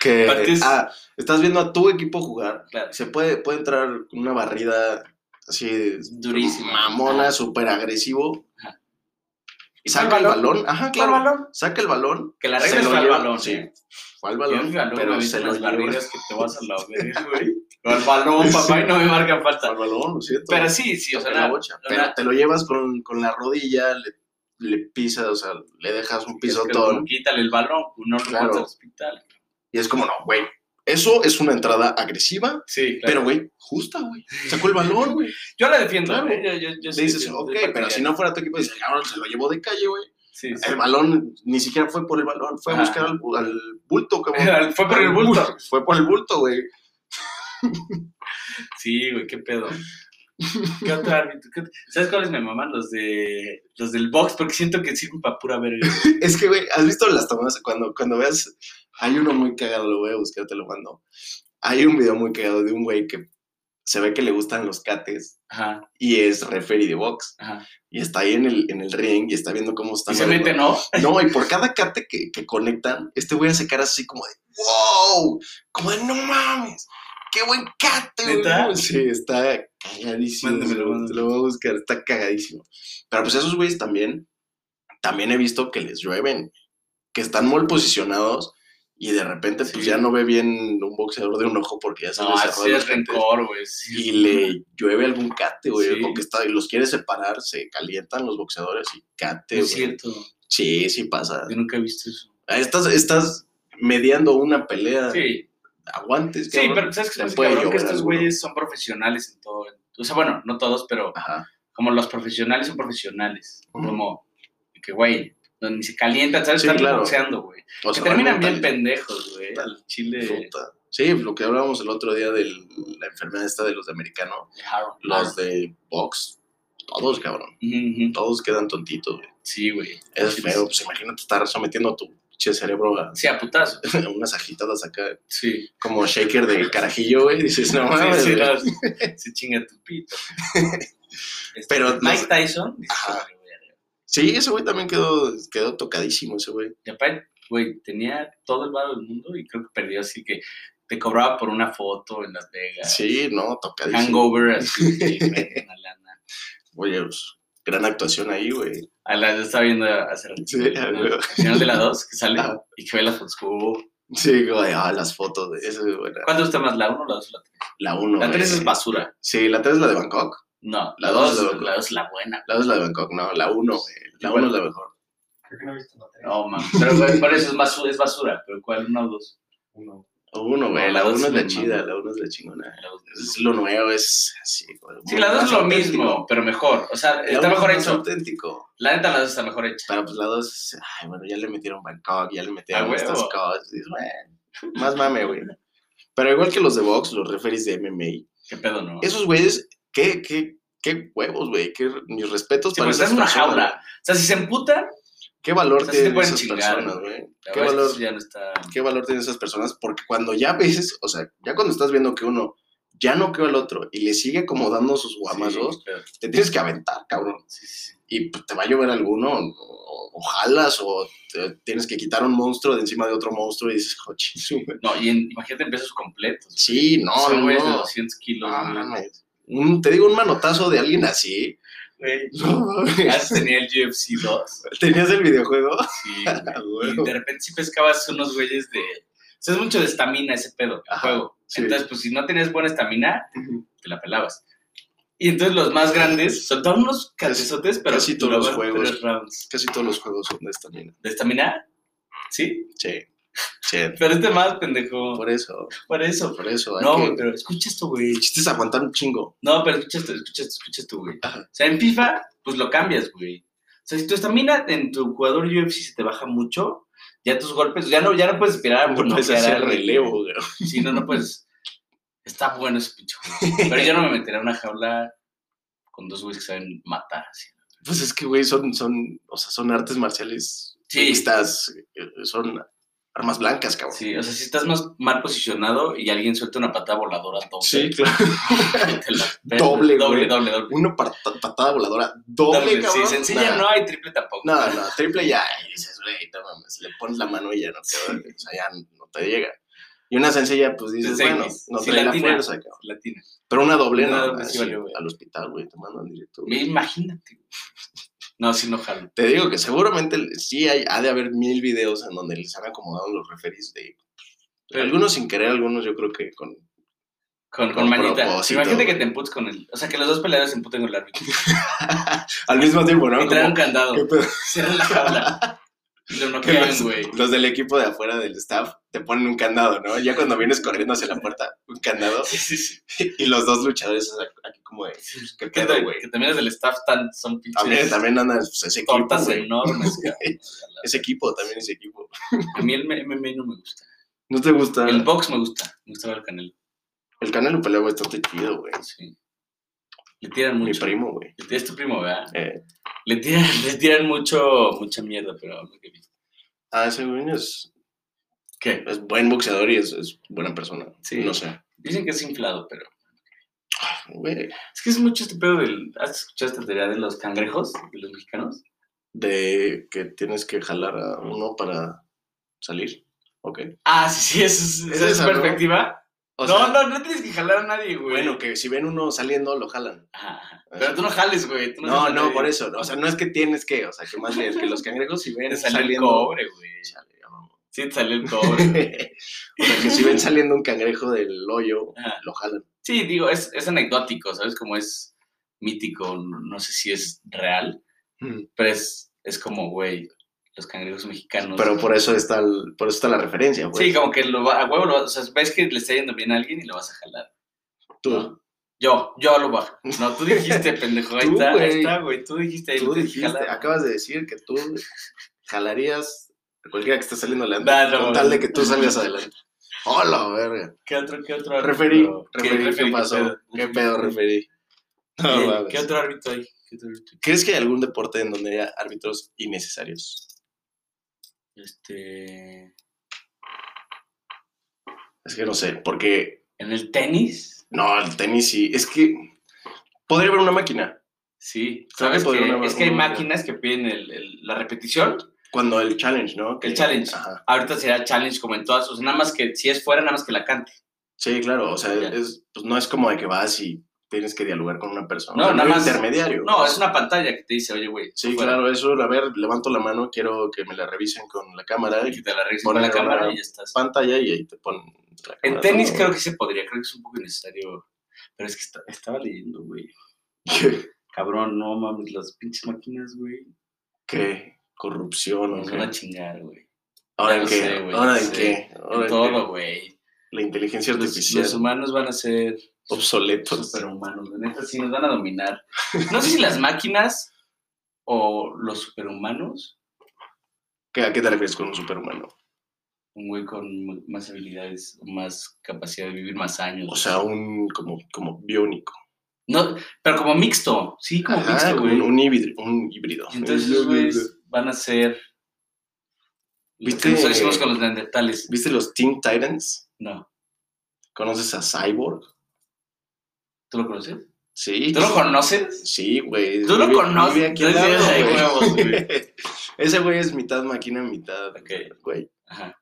S2: Que,
S1: Aparte es-
S2: ah, estás viendo a tu equipo jugar.
S1: Claro.
S2: Se puede, puede entrar con una barrida así
S1: Durísima.
S2: mamona, súper agresivo.
S1: Ajá.
S2: Y saca el balón. Ajá,
S1: Claro,
S2: claro.
S1: balón.
S2: Saca el balón.
S1: Que la
S2: se
S1: regla
S2: lo
S1: fue al
S2: lleva-
S1: balón.
S2: Sí,
S1: ¿eh?
S2: fue al
S1: Yo
S2: balón,
S1: al balón,
S2: pero se lo
S1: las
S2: lleva.
S1: barridas que te vas a la verga, güey. O al balón, papá, y no me marcan
S2: Fue al
S1: falta.
S2: balón, lo siento.
S1: Pero sí, sí, o sea,
S2: Saca la
S1: la-
S2: bocha.
S1: la-
S2: Pero te lo llevas con, con la rodilla, le, le pisas, o sea, le dejas un
S1: es que
S2: pisotón.
S1: como quítale el balón, no lo
S2: Claro.
S1: mandas al hospital.
S2: Y es como, no, güey. Eso es una entrada agresiva,
S1: Sí, claro.
S2: pero, güey, justa, güey. Sacó el balón, güey.
S1: yo la defiendo.
S2: Claro.
S1: ¿eh? Yo, yo, yo
S2: Le
S1: sí
S2: dices,
S1: defiendo,
S2: ok,
S1: soy
S2: pero si
S1: partidario.
S2: no fuera tu equipo, dices, cabrón, se lo llevó de calle, güey.
S1: Sí, sí.
S2: El balón ni siquiera fue por el balón, fue a
S1: Ajá.
S2: buscar al, bu- al bulto, cabrón.
S1: Fue por el bulto.
S2: Fue por el bulto, güey.
S1: Sí, güey, qué pedo. ¿Qué otro árbitro? ¿Qué otro? ¿Sabes cuáles me maman? Los de los del box, porque siento que sirven para pura verga.
S2: Es que, güey, ¿has visto las tomas? Cuando, cuando veas, hay uno muy cagado, lo voy a buscar, te lo mando. Hay un video muy cagado de un güey que se ve que le gustan los cates
S1: Ajá,
S2: y es referee de box.
S1: ajá.
S2: Y está ahí en el, en el ring y está viendo cómo está.
S1: Y se mete, ¿no?
S2: No, y por cada cate que, que conectan, este güey hace caras así como de ¡Wow! Como de ¡No mames! ¡Qué buen cate, güey!
S1: ¿Neta?
S2: Sí, está cagadísimo.
S1: Mándamelo,
S2: Lo-
S1: mándamelo.
S2: Lo voy a buscar, está cagadísimo. Pero pues esos güeyes también, también he visto que les llueven, que están mal posicionados y de repente pues
S1: Sí.
S2: ya no ve bien un boxeador de un ojo porque ya se
S1: No,
S2: le cerró
S1: así
S2: los
S1: es
S2: cates
S1: rencor, güey. sí.
S2: y le llueve algún cate, güey,
S1: Sí.
S2: porque está, y los quiere separar, se calientan los boxeadores y cate,
S1: No
S2: güey.
S1: Es cierto,
S2: Sí, sí pasa.
S1: yo nunca he visto eso.
S2: Estás, estás mediando una pelea.
S1: Sí,
S2: Aguantes,
S1: Sí,
S2: cabrón.
S1: pero ¿sabes qué
S2: Te
S1: pasa,
S2: puede
S1: cabrón? Que
S2: llover
S1: estos
S2: alguno.
S1: güeyes son profesionales en todo. O sea, bueno, no todos, pero
S2: Ajá.
S1: como los profesionales son profesionales.
S2: Ujú.
S1: Como que, güey, no, ni se calientan, ¿sabes?
S2: Sí,
S1: Están
S2: claro.
S1: boxeando, güey.
S2: O
S1: Que
S2: sea,
S1: terminan
S2: van
S1: bien
S2: mental-
S1: pendejos, güey.
S2: tal,
S1: El chile
S2: puta. Sí, lo que hablábamos el otro día de la enfermedad esta de los de americano,
S1: Harold.
S2: los de box, todos, cabrón.
S1: Ujú,
S2: Todos quedan tontitos, güey.
S1: Sí, güey.
S2: Es
S1: Sí,
S2: feo, pues imagínate estar sometiendo tu pinche cerebro a
S1: Sí, a putazo.
S2: a unas agitadas acá,
S1: Sí.
S2: como shaker de carajillo, güey. Dices, no mames.
S1: sí, sí,
S2: güey.
S1: no, sí, se chinga tu pito. Este,
S2: Pero los-
S1: Mike Tyson. este, dice,
S2: Ajá.
S1: "Güey, güey".
S2: Sí, ese güey también quedó, quedó tocadísimo, ese güey.
S1: Y aparte, güey, tenía todo el barro del mundo y creo que perdió, así que te cobraba por una foto en Las Vegas.
S2: Sí, no, tocadísimo.
S1: Hangover, así, sí, güey, una lana.
S2: Oye, pues, gran actuación ahí, güey.
S1: A la, yo estaba viendo hace ratito,
S2: Sí, a
S1: ¿no?
S2: huevo. Ah.
S1: al final de la 2, que sale
S2: Ajá.
S1: y que ve las fotos. Uh,
S2: Sí, güey, ah, las fotos, de esa es buena.
S1: ¿Cuál te gusta más, la 1 o la 2 o la 3?
S2: La 1.
S1: La 3 es basura.
S2: Sí, la 3 es la de Bangkok.
S1: No, la
S2: La
S1: 2
S2: dos es la-
S1: la dos es la buena.
S2: La 2 es la de Bangkok, no, la 1, güey. La 1 es la mejor.
S3: Creo que no he visto la tele.
S1: No, man. Pero güey, por eso es basura, es basura. Pero ¿cuál? ¿Una o dos?
S3: Uno.
S2: La 1, güey,
S1: No,
S2: la
S1: la
S2: 1
S1: dos
S2: es la
S1: es la
S2: chida, la 1 es la chingona.
S1: La dos.
S2: Es lo nuevo, es así, güey.
S1: Sí,
S2: muy
S1: la 2 es lo
S2: más auténtico.
S1: mismo, pero mejor. O sea,
S2: La
S1: está
S2: uno es
S1: mejor
S2: más
S1: hecho.
S2: auténtico.
S1: La neta, la 2 está mejor hecha.
S2: Pero pues la 2, ay, bueno, ya le metieron Bangkok, ya le metieron
S1: huevo.
S2: estas cosas. Dices, bueno, más mame, güey. Pero igual que los de box, los referees de MMA,
S1: ¿Qué pedo, no?
S2: esos güeyes, qué, qué, qué huevos, güey. qué- Mis respetos
S1: Sí,
S2: para
S1: pues
S2: esas
S1: estás en una
S2: personas.
S1: jaula. O sea, si se emputan,
S2: ¿Qué valor
S1: O sea, sí te
S2: tienen
S1: pueden
S2: esas
S1: chingar,
S2: personas,
S1: güey.
S2: güey?
S1: la verdad es que
S2: ¿Qué valor,
S1: eso ya no está.
S2: ¿Qué valor tienen esas personas? Porque cuando ya ves, o sea, ya cuando estás viendo que uno ya no quedó al otro y le sigue acomodando sus guamazos,
S1: Sí, pero-
S2: te tienes que aventar, cabrón.
S1: sí, sí.
S2: Y pues, te va a llover alguno, o, o jalas, o te- tienes que quitar un monstruo de encima de otro monstruo y dices, "Jochi, su madre".
S1: No, y en- imagínate en pesos completos.
S2: Sí, no,
S1: Son
S2: no. Ah,
S1: güeyes de 200 kilos.
S2: no,
S1: güey.
S2: mames. Un- te digo, un manotazo de alguien así.
S1: Güey,
S2: No, mames.
S1: Antes Ah, tenía el UFC 2.
S2: ¿Tenías el videojuego?
S1: Sí,
S2: Ah,
S1: güey.
S2: güey.
S1: Y de repente sí pescabas unos güeyes de. O sea, es mucho de estamina ese pedo, el
S2: Ajá,
S1: juego.
S2: sí.
S1: Entonces, pues si no tenías buena estamina, te la pelabas. Y entonces los más grandes soltaban unos cabezotes, pero
S2: casi todos los
S1: duraban
S2: juegos.
S1: tres rounds.
S2: Casi todos los juegos son de esta mina.
S1: ¿De estamina? Sí,
S2: Sí, sí.
S1: pero este más pendejo. Por,
S2: Por eso,
S1: eso.
S2: por eso. hay
S1: No,
S2: que-
S1: güey, pero escucha esto, güey.
S2: El chiste es aguantar un chingo.
S1: No, pero escucha esto, escucha esto, escucha esto, güey.
S2: Ajá.
S1: O sea, en FIFA, pues lo cambias, güey. O sea, si tu estamina en tu jugador UFC se te baja mucho, ya tus golpes, ya no, ya Ah, pues, no puedes esperar a
S2: No puedes
S1: bloquear a
S2: hacer
S1: alguien,
S2: relevo,
S1: güey.
S2: güey.
S1: Si no, no puedes. Está bueno ese pinche juego. Pero yo no me metería en una jaula con dos güeyes que saben matar. así.
S2: Pues es que, güey, son, son, o sea, son artes marciales
S1: Sí.
S2: mixtas, eh, son armas blancas, cabrón.
S1: Sí, o sea, si estás más mal posicionado y alguien suelta una patada voladora doble.
S2: Sí, claro.
S1: te la pelas. doble,
S2: Doble, güey.
S1: doble, doble.
S2: Una parta- patada voladora doble,
S1: Doble, sí,
S2: cabrón.
S1: sencilla
S2: Nah.
S1: no hay, triple tampoco.
S2: No, no, triple ya, y dices, güey, no mames, le pones la mano y ya no te, va, o sea, ya no te llega. Y una sencilla, pues dices,
S1: Sencilla,
S2: bueno, no
S1: sí,
S2: trae la
S1: latina.
S2: fuerza, cabrón.
S1: Latina.
S2: Pero una doble,
S1: Una
S2: no,
S1: doble sí
S2: así,
S1: valió, güey.
S2: al hospital, güey, te mandan directo. güey.
S1: Me imagínate. No, sí, no jalo.
S2: Te digo que seguramente le- sí hay, ha de haber mil videos en donde les han acomodado los referees de... pues,
S1: Pero-
S2: algunos sin querer, algunos yo creo que con...
S1: Con,
S2: Con
S1: con manita.
S2: propósito,
S1: Imagínate que
S2: güey.
S1: te emputes con el. O sea, que los dos peleadores se emputen con el árbitro.
S2: Al mismo tiempo, ¿no?
S1: Y traen un
S2: Como,
S1: candado.
S2: ¿qué pedo?
S1: Cierran la jaula. Y lo
S2: Que
S1: noquean,
S2: los,
S1: güey.
S2: los del equipo de afuera del staff te ponen un candado, ¿no? Ya cuando vienes corriendo hacia la puerta, un candado.
S1: Sí, sí, sí.
S2: Y los dos luchadores aquí como de... ¿Qué
S1: Que,
S2: pedo, güey?
S1: que también los del staff tan, son pinches.
S2: También, también andan pues, ese equipo,
S1: tortas
S2: güey.
S1: enormes, cabrón.
S2: Ese equipo, también ese equipo.
S1: A mí el MMA no me gusta.
S2: ¿No te gusta?
S1: El
S2: El,
S1: box me gusta. Me gusta ver el canelo.
S2: canelo pelea bastante chido, güey.
S1: Sí. Le tiran
S2: Mi
S1: mucho.
S2: primo, güey.
S1: Le- Es tu primo, ¿verdad?
S2: Eh,
S1: Le tiran, le tiran mucho, mucha mierda, pero lo que he visto.
S2: ah, ese güey es,
S1: ¿Qué?
S2: es buen boxeador y es, es buena persona.
S1: Sí.
S2: No sé.
S1: Dicen que es inflado, pero.
S2: Güey.
S1: Es que es mucho este pedo del. ¿Has escuchado esta teoría de los cangrejos? De los mexicanos.
S2: De que tienes que jalar a uno para salir. Ok.
S1: Ah, sí, sí, esa es,
S2: Es
S1: esa es
S2: esa,
S1: su
S2: ¿no?
S1: perspectiva.
S2: O
S1: no,
S2: sea,
S1: no, no tienes que jalar a nadie, güey.
S2: Bueno, que si ven uno saliendo, lo jalan.
S1: Ajá, ajá. Pero tú no jales, güey. tú
S2: No,
S1: seas
S2: no,
S1: nadie.
S2: por eso. O sea, no es que tienes que. O sea, que más bien que los cangrejos si
S1: Te
S2: ven
S1: salió el
S2: saliendo...
S1: cobre, güey.
S2: Chale, ya vamos.
S1: Sí, te salió el cobre. güey.
S2: o sea, que si ven saliendo un cangrejo del hoyo,
S1: Ajá.
S2: lo jalan.
S1: Sí, digo, es, es anecdótico, ¿sabes? Como es mítico, no no sé si es real,
S2: Mm.
S1: pero es, es como, güey, los cangrejos mexicanos.
S2: Pero por eso está el- por eso está la referencia, güey.
S1: Sí, como que lo va- a huevo, lo va- o sea, ves que le está yendo bien a alguien y lo vas a jalar.
S2: Tú,
S1: Yo, yo lo bajo. No, tú dijiste, pendejo, ahí
S2: Tú,
S1: está, ahí
S2: güey.
S1: está, güey, tú dijiste, ahí
S2: tú
S1: lo tienes que
S2: dijiste,
S1: jalar.
S2: acabas de decir que tú jalarías a cualquiera que está saliendo adelante.
S1: Nah, no,
S2: con tal de que tú salgas adelante. Hola, verga.
S1: ¿Qué otro, qué otro árbitro?
S2: Referí, referí, ¿qué,
S1: referí?
S2: pasó?
S1: pedo?
S2: ¿Qué pedo referí? No
S1: ¿Qué-
S2: mames.
S1: ¿Qué otro árbitro hay? ¿Qué otro árbitro?
S2: ¿Crees que hay algún deporte en donde haya árbitros innecesarios?
S1: Este.
S2: Es que no sé, porque
S1: En el tenis,
S2: no, el tenis sí, es que podría haber una máquina
S1: sí.
S2: Creo que
S1: ¿Sabes?
S2: podría
S1: que-
S2: haber
S1: es que hay
S2: una-
S1: máquinas que piden el- el- la repetición.
S2: cuando el challenge, ¿no?
S1: El challenge.
S2: Ajá.
S1: Ahorita será challenge como en todas. O sea, nada más que si es fuera, nada más que la cante.
S2: Sí, claro, o sea,
S1: Ya.
S2: es, pues no es como de que vas y tienes que dialogar con una persona.
S1: No,
S2: o sea,
S1: nada
S2: hay
S1: más-
S2: intermediario.
S1: No, es una pantalla que te dice, oye, güey.
S2: Sí,
S1: fuera.
S2: claro, eso, a ver, levanto la mano, quiero que me la revisen con la cámara,
S1: Y que te la regresen
S2: Ponle
S1: con la
S2: la
S1: cámara
S2: cámara.
S1: y ya estás.
S2: pantalla y ahí te ponen la cámara.
S1: En tenis creo que se podría, creo que es un poco innecesario. Pero es que esta- estaba leyendo, güey.
S2: que...
S1: Cabrón, no mames, las pinches máquinas, güey.
S2: ¿Qué? Corrupción, o
S1: Nos
S2: qué?
S1: van a chingar, güey.
S2: ¿Ahora
S1: ya
S2: en
S1: lo
S2: qué?
S1: sé, güey,
S2: ¿Ahora
S1: ya
S2: en
S1: sé.
S2: qué? ¿Ahora
S1: En
S2: en
S1: todo, güey.
S2: qué? La inteligencia
S1: Los,
S2: artificial,
S1: los humanos van a ser
S2: obsoletos.
S1: superhumanos. La neta, sí, nos van a dominar. No sé si las máquinas o los superhumanos
S2: ¿Qué- ¿A qué te refieres con un superhumano?
S1: un güey con mu- más habilidades, más capacidad de vivir más años.
S2: O sea, un como, como biónico.
S1: no, pero como mixto, sí, como
S2: Ajá,
S1: mixto,
S2: como
S1: güey.
S2: un, un híbrido, un híbrido.
S1: Y entonces esos güeyes van a ser lo que
S2: ¿Viste?
S1: nosotros hicimos con los neandertales.
S2: ¿Viste los Teen Titans?
S1: No,
S2: ¿Conoces a Cyborg?
S1: ¿tú lo conoces?
S2: Sí.
S1: ¿Tú lo conoces?
S2: Sí, güey.
S1: ¿Tú lo
S2: Vive-
S1: conoces?
S2: vive aquí al
S1: No
S2: lado,
S1: seas de
S2: güey.
S1: huevos, güey.
S2: Ese güey es mitad máquina, mitad
S1: Ok.
S2: güey.
S1: Ajá,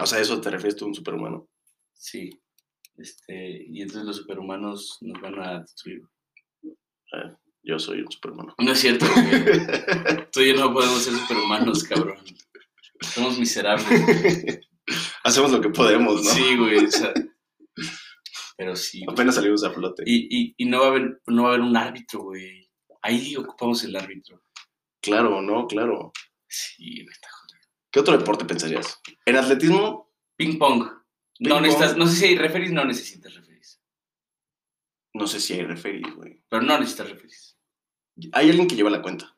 S2: O sea, ¿eso te refieres tú a un superhumano?
S1: sí. Este, y entonces los superhumanos nos van a destruir.
S2: Yo soy un superhumano.
S1: No es cierto, güey. Tú y yo no podemos ser superhumanos, cabrón. Somos miserables.
S2: Hacemos lo que podemos, Pues ¿no?
S1: Sí, güey. o sea, pero sí, güey.
S2: Apenas salimos a flote.
S1: Y, y, y no, va a haber, no va a haber un árbitro, güey. Ahí ocupamos el árbitro.
S2: Claro, no, claro.
S1: Sí, güey, está jodido.
S2: ¿Qué otro deporte pensarías? En atletismo,
S1: Ping pong.
S2: Ping
S1: no
S2: pong.
S1: necesitas, no sé si hay referees, no necesitas referees.
S2: no sé si hay referees, güey.
S1: Pero no necesitas referees.
S2: Hay alguien que lleva la cuenta.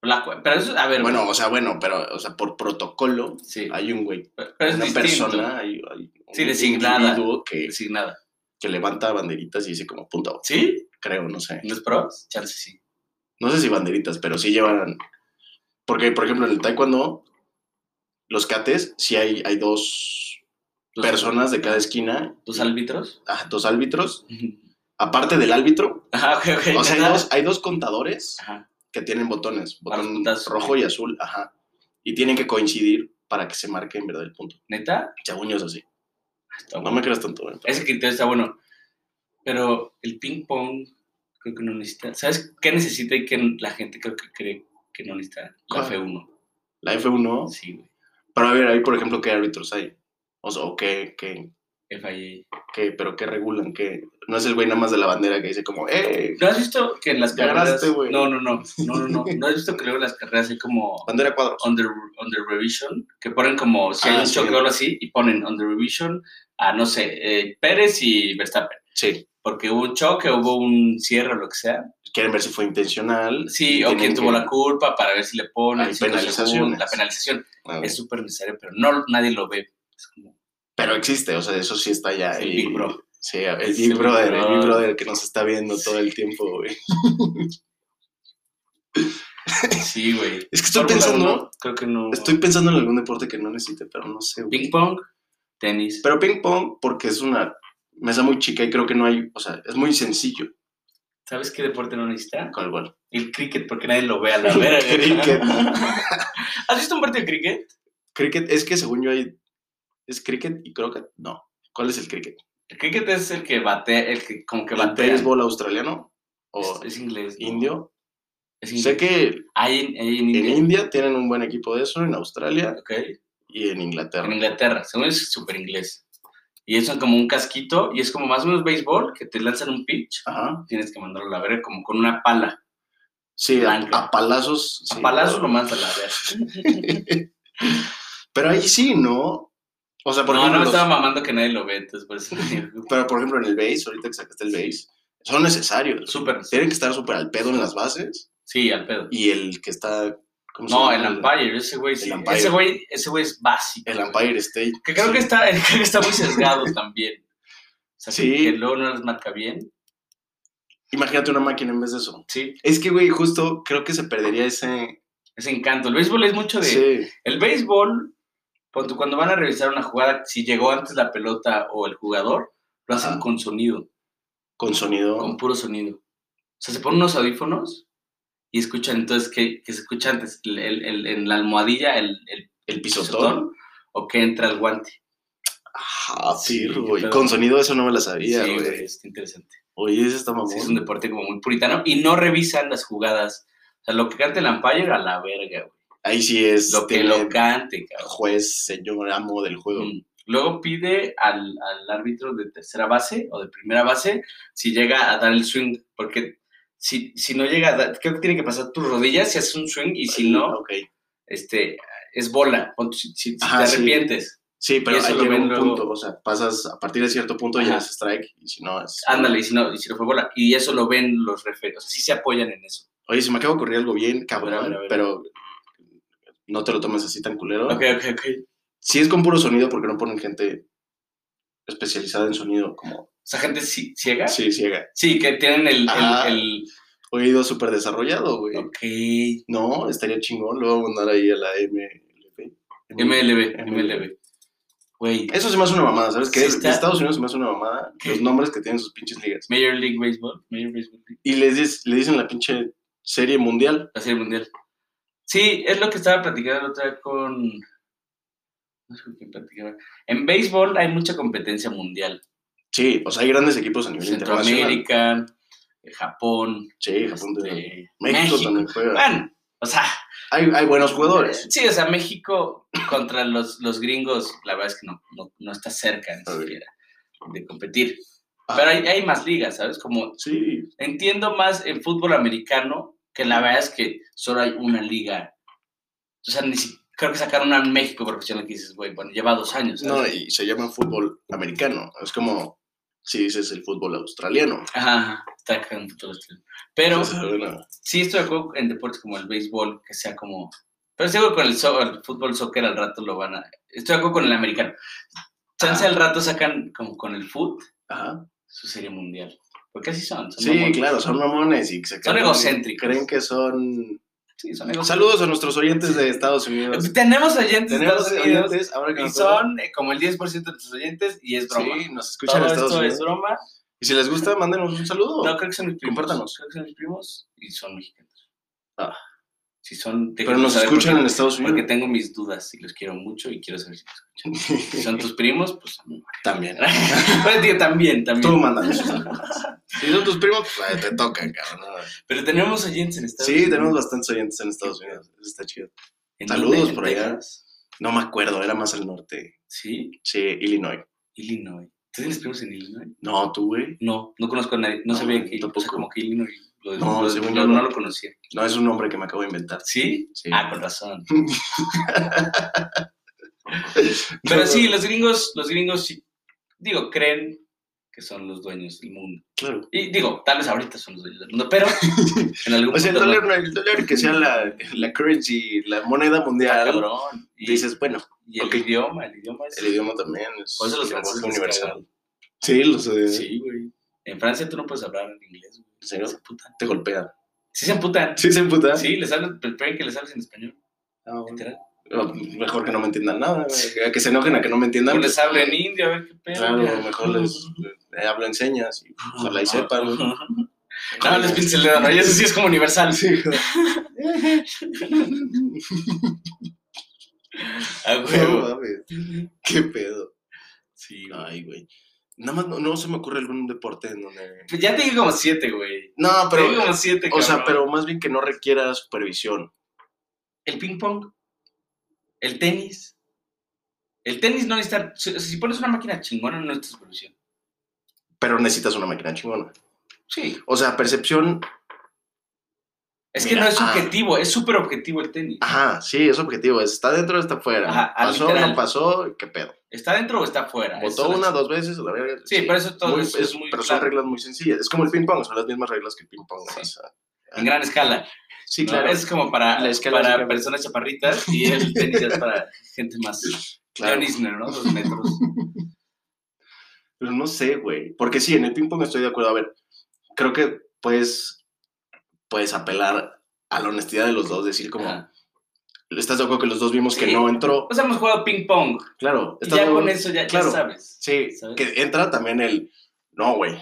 S1: La cu- pero eso, a ver,
S2: bueno,
S1: güey,
S2: o sea, bueno, pero, o sea, por protocolo,
S1: sí.
S2: hay un güey,
S1: Pero pero es
S2: una
S1: distinto.
S2: persona, hay, hay un
S1: Sí, designada.
S2: individuo que,
S1: Designada.
S2: que levanta banderitas y dice como punto,
S1: ¿Sí?
S2: creo, no sé.
S1: ¿En los pros? Chance sí.
S2: No sé si banderitas, pero sí llevan. Porque, por ejemplo, en el taekwondo, los cates, sí hay, hay dos
S1: Los-
S2: personas de cada esquina,
S1: ¿Los árbitros?
S2: ah, dos árbitros. Aparte del árbitro,
S1: Ajá, Ah, ok, ok.
S2: o sea, hay
S1: ¿neta?
S2: dos, hay dos contadores
S1: Ajá.
S2: que tienen botones,
S1: Para los
S2: botón
S1: puntazos.
S2: rojo y azul, ajá. Y tienen que coincidir para que se marque en verdad el punto.
S1: ¿Neta? Ah,
S2: Según yo es así.
S1: Está
S2: No me creas tanto, ¿eh? güey.
S1: Ese criterio está bueno. Pero el ping pong creo que no necesita. ¿Sabes qué necesita y que la gente creo que cree que no necesita? La
S2: ¿Cuál?
S1: F1.
S2: La F1.
S1: Sí, güey.
S2: Pero a ver, ahí, por ejemplo, ¿qué árbitros hay? O sea, ¿o qué, qué,
S1: FIA.
S2: qué, pero qué regulan? ¿Qué? No es el güey nada más de la bandera que dice como, ¡eh!
S1: ¿No has visto que en las
S2: Ya
S1: carreras.
S2: ganaste, güey.
S1: no, no, no. No, no, no. ¿No has visto que luego en las carreras hay como.
S2: Bandera cuadros.
S1: Under, under revision, que ponen como si hay
S2: Ah,
S1: un
S2: sí.
S1: choque o algo así, y ponen under revision a no sé, eh, Pérez y Verstappen,
S2: Sí.
S1: porque hubo un choque, hubo un cierre o lo que sea.
S2: Quieren ver si fue intencional.
S1: Sí, o
S2: Tienen
S1: quién tuvo
S2: que-
S1: la culpa para ver si le ponen
S2: Hay
S1: si no le ponen,
S2: penalizaciones.
S1: la penalización.
S2: A ver.
S1: es súper necesario, pero no, nadie lo ve. Es como
S2: Pero existe, o sea, eso sí está ya.
S1: el
S2: ahí.
S1: Big Bro.
S2: Sí, a- el Big
S1: Sí,
S2: Brother, el
S1: no.
S2: Big Brother que nos está viendo todo el tiempo, güey.
S1: Sí, güey.
S2: Es que estoy
S1: Fórmula
S2: pensando-
S1: uno, creo que no.
S2: Estoy pensando en algún deporte que no necesite, pero no sé. güey.
S1: Ping pong, tenis.
S2: Pero ping pong, porque es una mesa muy chica y creo que no hay, o sea, es muy sencillo.
S1: ¿Sabes qué deporte no necesita?
S2: Con el gol.
S1: El cricket, porque nadie lo ve a la verga.
S2: Cricket.
S1: ¿Has visto un partido de cricket?
S2: Cricket, es que según yo hay, ¿es cricket y croquet? No. ¿Cuál es el cricket?
S1: El cricket es el que batea, el que como que
S2: ¿El
S1: batea.
S2: béisbol australiano o
S1: Es, es inglés. ¿no?
S2: indio?
S1: Es inglés.
S2: Sé que
S1: Hay en, hay en
S2: en
S1: India.
S2: India tienen un buen equipo de eso, en Australia
S1: ok.
S2: y en
S1: En
S2: Inglaterra.
S1: Inglaterra, según es súper inglés. Y eso es como un casquito, y es como más o menos béisbol, que te lanzan un pitch,
S2: Ajá.
S1: tienes que mandarlo a la verga como con una pala.
S2: Sí, a,
S1: Blanca.
S2: a palazos.
S1: A
S2: sí.
S1: palazos lo mandas a la verga.
S2: Pero ahí sí, ¿no? O sea, por
S1: no, no
S2: ejemplo,
S1: me
S2: los-
S1: estaba mamando que nadie lo ve, entonces por eso digo,
S2: pero por ejemplo en el base, ahorita que sacaste el base, son necesarios.
S1: súper.
S2: Tienen que estar súper al pedo en las bases
S1: Sí, al pedo.
S2: y el que está... ¿cómo se
S1: No,
S2: llama?
S1: el umpire, ese güey, sí.
S2: El umpire.
S1: ese güey, ese güey es básico.
S2: El
S1: güey.
S2: umpire state.
S1: Que creo que está, creo que está muy sesgado también. O sea, que-
S2: Sí.
S1: que luego no les marca bien.
S2: Imagínate una máquina en vez de eso.
S1: Sí,
S2: Es que, güey, justo creo que se perdería ese...
S1: ese encanto. El béisbol es mucho de...
S2: Sí.
S1: El béisbol, pon tú, cuando van a revisar una jugada, si llegó antes la pelota o el jugador, lo hacen
S2: Ajá.
S1: con sonido,
S2: Con sonido.
S1: con puro sonido. O sea, se ponen unos audífonos y escuchan entonces que, que se escucha antes el- el- el- en la almohadilla el, el
S2: El pisotón.
S1: pisotón o que entra el guante.
S2: Ah,
S1: Sí,
S2: perro,
S1: qué
S2: güey.
S1: pedo.
S2: Con sonido eso no me la sabía,
S1: sí,
S2: güey.
S1: güey, es interesante.
S2: Oye, ese está mamón.
S1: Sí, es un deporte como muy puritano y no revisan las jugadas. O sea, lo que cante el umpire a la verga, güey.
S2: Ahí sí es...
S1: Lo que
S2: tiene
S1: lo cante, cabrón.
S2: Juez, señor, amo del juego.
S1: Mm. Luego pide al, al árbitro de tercera base o de primera base si llega a dar el swing, porque si, si no llega a dar, creo que tiene que pasar tus rodillas si haces un swing y si no,
S2: Ok.
S1: este, es bola, pon- si, si- si
S2: Ajá,
S1: te
S2: sí.
S1: arrepientes.
S2: Sí, pero
S1: Y eso
S2: ahí
S1: lo
S2: llega
S1: ven
S2: un
S1: luego.
S2: punto, o sea, pasas a partir de cierto punto ya
S1: Ajá.
S2: es strike y si no es...
S1: Ándale, y si no, y si no fue bola. Y eso lo ven los referees, o sea, sí se apoyan en eso.
S2: Oye, se me acaba de ocurrir algo bien, cabrón,
S1: A ver, a ver, a ver.
S2: pero no te lo tomes así tan culero.
S1: Ok, ok, ok.
S2: Si es con puro sonido, porque no ponen gente especializada en sonido como...
S1: O sea, gente ci- ciega. Sí,
S2: Sí, ciega.
S1: que tienen el... el-
S2: Ajá.
S1: el-
S2: Oído súper desarrollado, güey.
S1: ok, MLB,
S2: No, estaría chingón. Luego voy a mandar ahí a la MLB.
S1: MLB.
S2: MLB.
S1: Güey,
S2: Eso se me hace una mamada, ¿sabes qué?
S1: Sí
S2: De
S1: está.
S2: Estados Unidos se me hace una mamada
S1: ¿Qué?
S2: los nombres que tienen sus pinches ligas.
S1: Major League Baseball. Major Baseball League.
S2: Y les, dis- le dicen la pinche serie mundial.
S1: la Serie Mundial. Sí, es lo que estaba platicando la otra vez con. No sé con quién platicaba. En béisbol hay mucha competencia mundial.
S2: Sí, o sea, hay grandes equipos a nivel internacional.
S1: Centroamérica, eh, Japón,
S2: Sí, Japón
S1: este,
S2: también. México,
S1: México.
S2: también juega.
S1: Bueno, o sea,
S2: Hay, hay buenos jugadores.
S1: sí, o sea, México contra los, los gringos, la verdad es que no, no, no está cerca ni
S2: A ver.
S1: siquiera de competir.
S2: Ah,
S1: Pero hay, hay más ligas, ¿sabes? Como
S2: Sí,
S1: entiendo más el fútbol americano, que la verdad es que solo hay una liga. O sea, ni si- creo que sacaron una en México profesional que dices, güey, bueno, lleva dos años. ¿sabes?
S2: no, y se llama fútbol americano. Es como si dices el fútbol australiano.
S1: Ajá, está acá en fútbol australiano. Pero
S2: Se sabe nada.
S1: sí estoy de acuerdo en deportes como el béisbol, que sea como... Pero seguro con el, so- el fútbol, soccer al rato lo van a... Estoy de acuerdo con el americano. Chance
S2: Ah.
S1: al rato sacan como con el foot
S2: Ajá.
S1: su serie mundial. Porque así son. son
S2: Sí,
S1: mamones.
S2: claro, son mamones y se
S1: Son
S2: creen-
S1: egocéntricos.
S2: Creen que son.
S1: Sí, son egos-
S2: Saludos a nuestros oyentes de Estados Unidos.
S1: Tenemos oyentes de
S2: Tenemos
S1: Estados Unidos.
S2: oyentes ahora que
S1: Y
S2: nos-
S1: son eh, como el 10% de nuestros oyentes y es broma.
S2: Sí, nos escuchan
S1: Todo
S2: en Estados
S1: esto
S2: Unidos.
S1: es broma.
S2: Y si les gusta, mándenos un saludo.
S1: No, creo que son mis primos.
S2: Compártanos.
S1: Creo que son mis primos y son mexicanos.
S2: Ah.
S1: Si son...
S2: Pero
S1: déjenme
S2: nos
S1: saber
S2: escuchan en
S1: porque,
S2: Estados
S1: porque
S2: Unidos.
S1: tengo mis dudas y los quiero mucho y quiero saber si los escuchan. Si son tus primos, pues... a mí.
S2: También.
S1: Pues, digo, también,
S2: Tú
S1: también.
S2: mándanos. sus saludos. si son tus primos, pues, te tocan, cabrón.
S1: Pero tenemos oyentes en Estados
S2: Sí,
S1: Unidos.
S2: tenemos bastantes oyentes en Estados Unidos. Eso está chido.
S1: ¿En
S2: saludos
S1: dónde? ¿En
S2: por allá.
S1: Texas?
S2: No me acuerdo, era más al norte.
S1: Sí,
S2: Sí, Illinois.
S1: Illinois. ¿Tú tienes primos en Illinois?
S2: No, tú, güey.
S1: No, no conozco a nadie. No,
S2: No,
S1: sabía que... O sea,
S2: tampoco.
S1: como que Illinois... Lo,
S2: No,
S1: lo-
S2: según
S1: lo-
S2: yo
S1: no
S2: no.
S1: lo conocía.
S2: No, es un nombre que me acabo de inventar.
S1: ¿Sí?
S2: Sí.
S1: Ah, con razón.
S2: No,
S1: Pero sí,
S2: no,
S1: los gringos, los gringos sí, digo, creen que son los dueños del mundo.
S2: Claro.
S1: Y digo, tal vez ahorita son los dueños del mundo, pero en algún
S2: O sea, el
S1: punto no.
S2: dólar, el dólar que sea la, la currency, la moneda
S1: Está
S2: mundial,
S1: Ah, cabrón. Y,
S2: dices, bueno,
S1: y el
S2: ok.
S1: idioma, el idioma es...
S2: el idioma también es
S1: Por Pues eso los
S2: lenguaje
S1: franceses
S2: universal.
S1: cagaron.
S2: Sí, los. eh,
S1: Sí, güey. En Francia tú no puedes hablar en inglés, güey.
S2: ¿En serio?
S1: Se emputan.
S2: Te golpean.
S1: Sí se emputan.
S2: ¿Sí se emputan?
S1: Sí, les hablan, prefieren que les hables en español.
S2: Ah, bueno.
S1: literal.
S2: No, Mejor que no me entiendan nada. güey. A que se enojen, a que no me entiendan.
S1: O les hablo en indio, a ver qué pedo.
S2: Claro, mejor les, les hablo en señas. y Ojalá y sepan. güey.
S1: No, les pinches el dedo, ¿no? Y eso sí es como universal.
S2: Sí, güey.
S1: A
S2: No
S1: huevo.
S2: mames, Qué pedo.
S1: Sí, güey.
S2: Ay, güey. Nada más no, no se me ocurre algún deporte en donde.
S1: Pues ya te dije como siete, güey.
S2: No,
S1: Te dije
S2: pero.
S1: como siete,
S2: O sea,
S1: cabrón.
S2: pero más bien que no requiera supervisión.
S1: El ping pong. El tenis. El tenis no necesita... Si, si pones una máquina chingona, no necesitas supervisión.
S2: Pero necesitas una máquina chingona.
S1: Sí.
S2: O sea, percepción.
S1: Es que
S2: Mira,
S1: no es
S2: ah.
S1: subjetivo, es súper objetivo el tenis.
S2: Ajá, sí, es objetivo. es, Está dentro, está afuera.
S1: Ajá, ah,
S2: pasó,
S1: literal.
S2: no pasó, qué pedo.
S1: ¿Está dentro o está afuera?
S2: Votó
S1: Eso es-
S2: una, dos veces, a la verga.
S1: Sí, pero eso todo
S2: Muy-
S1: es, es muy
S2: Pero son
S1: claro,
S2: reglas muy sencillas. Es como el ping-pong, son las mismas reglas que el ping-pong.
S1: Sí.
S2: o sea,
S1: en gran escala.
S2: sí,
S1: ¿no?
S2: claro.
S1: Es como para,
S2: La escala
S1: para
S2: básica-
S1: personas chaparritas y el tenis es para gente más...
S2: claro.
S1: John Isner, ¿no? Dos metros.
S2: Pero no sé, güey. Porque sí, en el ping-pong estoy de acuerdo. A ver, creo que puedes, puedes apelar a la honestidad de los dos. Decir, como,
S1: Ajá.
S2: ¿estás de acuerdo que los dos vimos que
S1: Sí.
S2: no entró?
S1: O sea, hemos jugado ping pong.
S2: Claro.
S1: Y
S2: ¿estás
S1: ya
S2: de
S1: con
S2: acuerdo?
S1: eso ya, ya
S2: claro.
S1: sabes.
S2: Sí,
S1: ¿sabes?
S2: que entra también el, no, güey.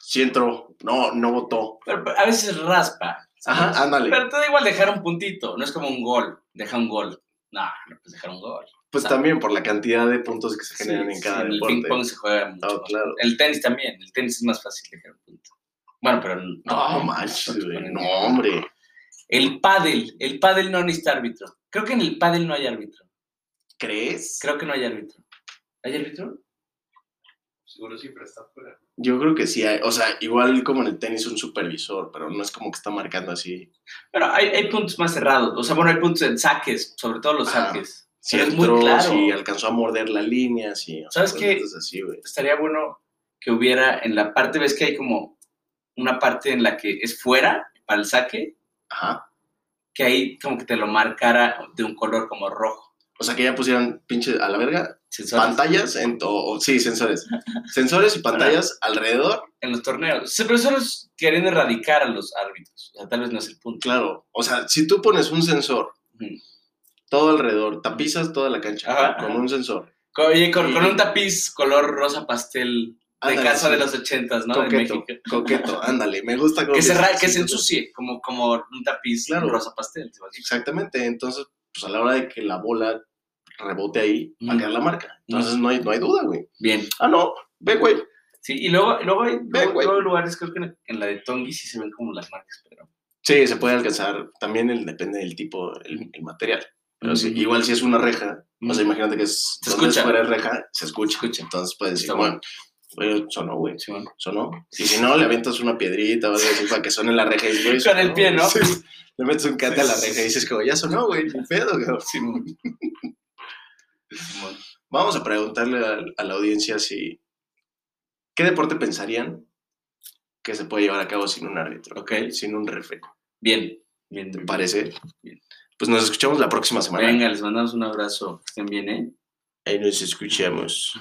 S2: Sí entró, no, no votó.
S1: Pero, pero a veces raspa. ¿sabes?
S2: Ajá, ándale.
S1: Pero te da igual dejar un puntito. No es como un gol. Deja un gol. No, no puedes dejar un gol.
S2: Pues
S1: Ajá.
S2: también por la cantidad de puntos que se generan
S1: Sí,
S2: en
S1: sí,
S2: cada
S1: en el
S2: deporte.
S1: ping pong se juega mucho.
S2: Ah,
S1: más.
S2: claro.
S1: El tenis también. El tenis es más fácil dejar un punto. Bueno, pero no.
S2: No, manches,
S1: te
S2: güey.
S1: ponen-
S2: No, hombre.
S1: El pádel. El pádel no necesita árbitro. Creo que en el pádel no hay árbitro.
S2: ¿Crees?
S1: Creo que no hay árbitro. ¿Hay árbitro?
S3: Seguro siempre está afuera.
S2: Yo creo que sí hay. O sea, igual como en el tenis un supervisor, pero no es como que está marcando así.
S1: Pero hay, hay puntos más cerrados. O sea, bueno, hay puntos en saques. Sobre todo los
S2: Ajá.
S1: saques.
S2: Si
S1: Pero es muy
S2: entró,
S1: claro.
S2: si alcanzó a morder la línea, si. o sea,
S1: ¿Sabes qué?
S2: cosas así, güey.
S1: estaría bueno que hubiera en la parte, ves que hay como una parte en la que es fuera para el saque,
S2: Ajá.
S1: que ahí como que te lo marcara de un color como rojo.
S2: O sea, que ya pusieran pinche a la verga
S1: Sensores
S2: pantallas, en, o, o- sí, sensores. sensores y pantallas alrededor,
S1: en los torneos. Sí, Pero eso es querían erradicar a los árbitros. O sea, tal vez no es el punto.
S2: claro. O sea, si tú pones un sensor,
S1: Ujú.
S2: todo alrededor, tapizas toda la cancha
S1: Ajá,
S2: con
S1: ajá.
S2: un sensor.
S1: Co- Oye, con,
S2: Y-
S1: con un tapiz color rosa pastel de
S2: Ándale,
S1: casa de
S2: sí.
S1: los ochentas, ¿no? De
S2: Coqueto,
S1: México.
S2: coqueto, ándale, me gusta como
S1: Que se, ra-
S2: dices,
S1: que se
S2: sí,
S1: ensucie, como, como un tapiz
S2: Claro.
S1: rosa pastel. ¿te imaginas?
S2: Exactamente, entonces, pues a la hora de que la bola rebote ahí, va a
S1: Mm.
S2: quedar la marca. Entonces no hay, no hay duda, güey.
S1: Bien.
S2: Ah, no, ve, güey.
S1: Sí, y luego, y luego hay
S2: Ve,
S1: luego-
S2: güey.
S1: luego hay lugares, creo que en, en la de Tongi sí se ven como las marcas, pero...
S2: Sí, se puede alcanzar, también el, depende del tipo, el, el material. Pero sí,
S1: Ujú.
S2: igual si es una reja, o
S1: Ujú.
S2: sea, imagínate que es,
S1: Se
S2: donde es
S1: escucha.
S2: fuera de reja, se escucha.
S1: Se escucha.
S2: Entonces puedes decir,
S1: Está
S2: bueno, güey, sonó, güey,
S1: Simón.
S2: sonó. Y si no, le avientas una piedrita o algo así para que suene la reja. Y dices, güey,
S1: Con el
S2: sonó,
S1: pie, ¿no?
S2: güey. Sí. Le metes un cate a la
S1: Sí, sí,
S2: reja
S1: sí.
S2: y dices, como, ya sonó, güey, ni pedo, cabrón.
S1: Simón. Simón.
S2: Vamos a preguntarle a, a la audiencia si. ¿Qué deporte pensarían que se puede llevar a cabo sin un árbitro?
S1: Ok.
S2: Sin un refe.
S1: Bien. Bien.
S2: ¿Te parece?
S1: Bien.
S2: Pues nos escuchamos la próxima semana.
S1: Venga, les mandamos un abrazo. Que estén bien, ¿eh?
S2: Ahí nos escuchamos.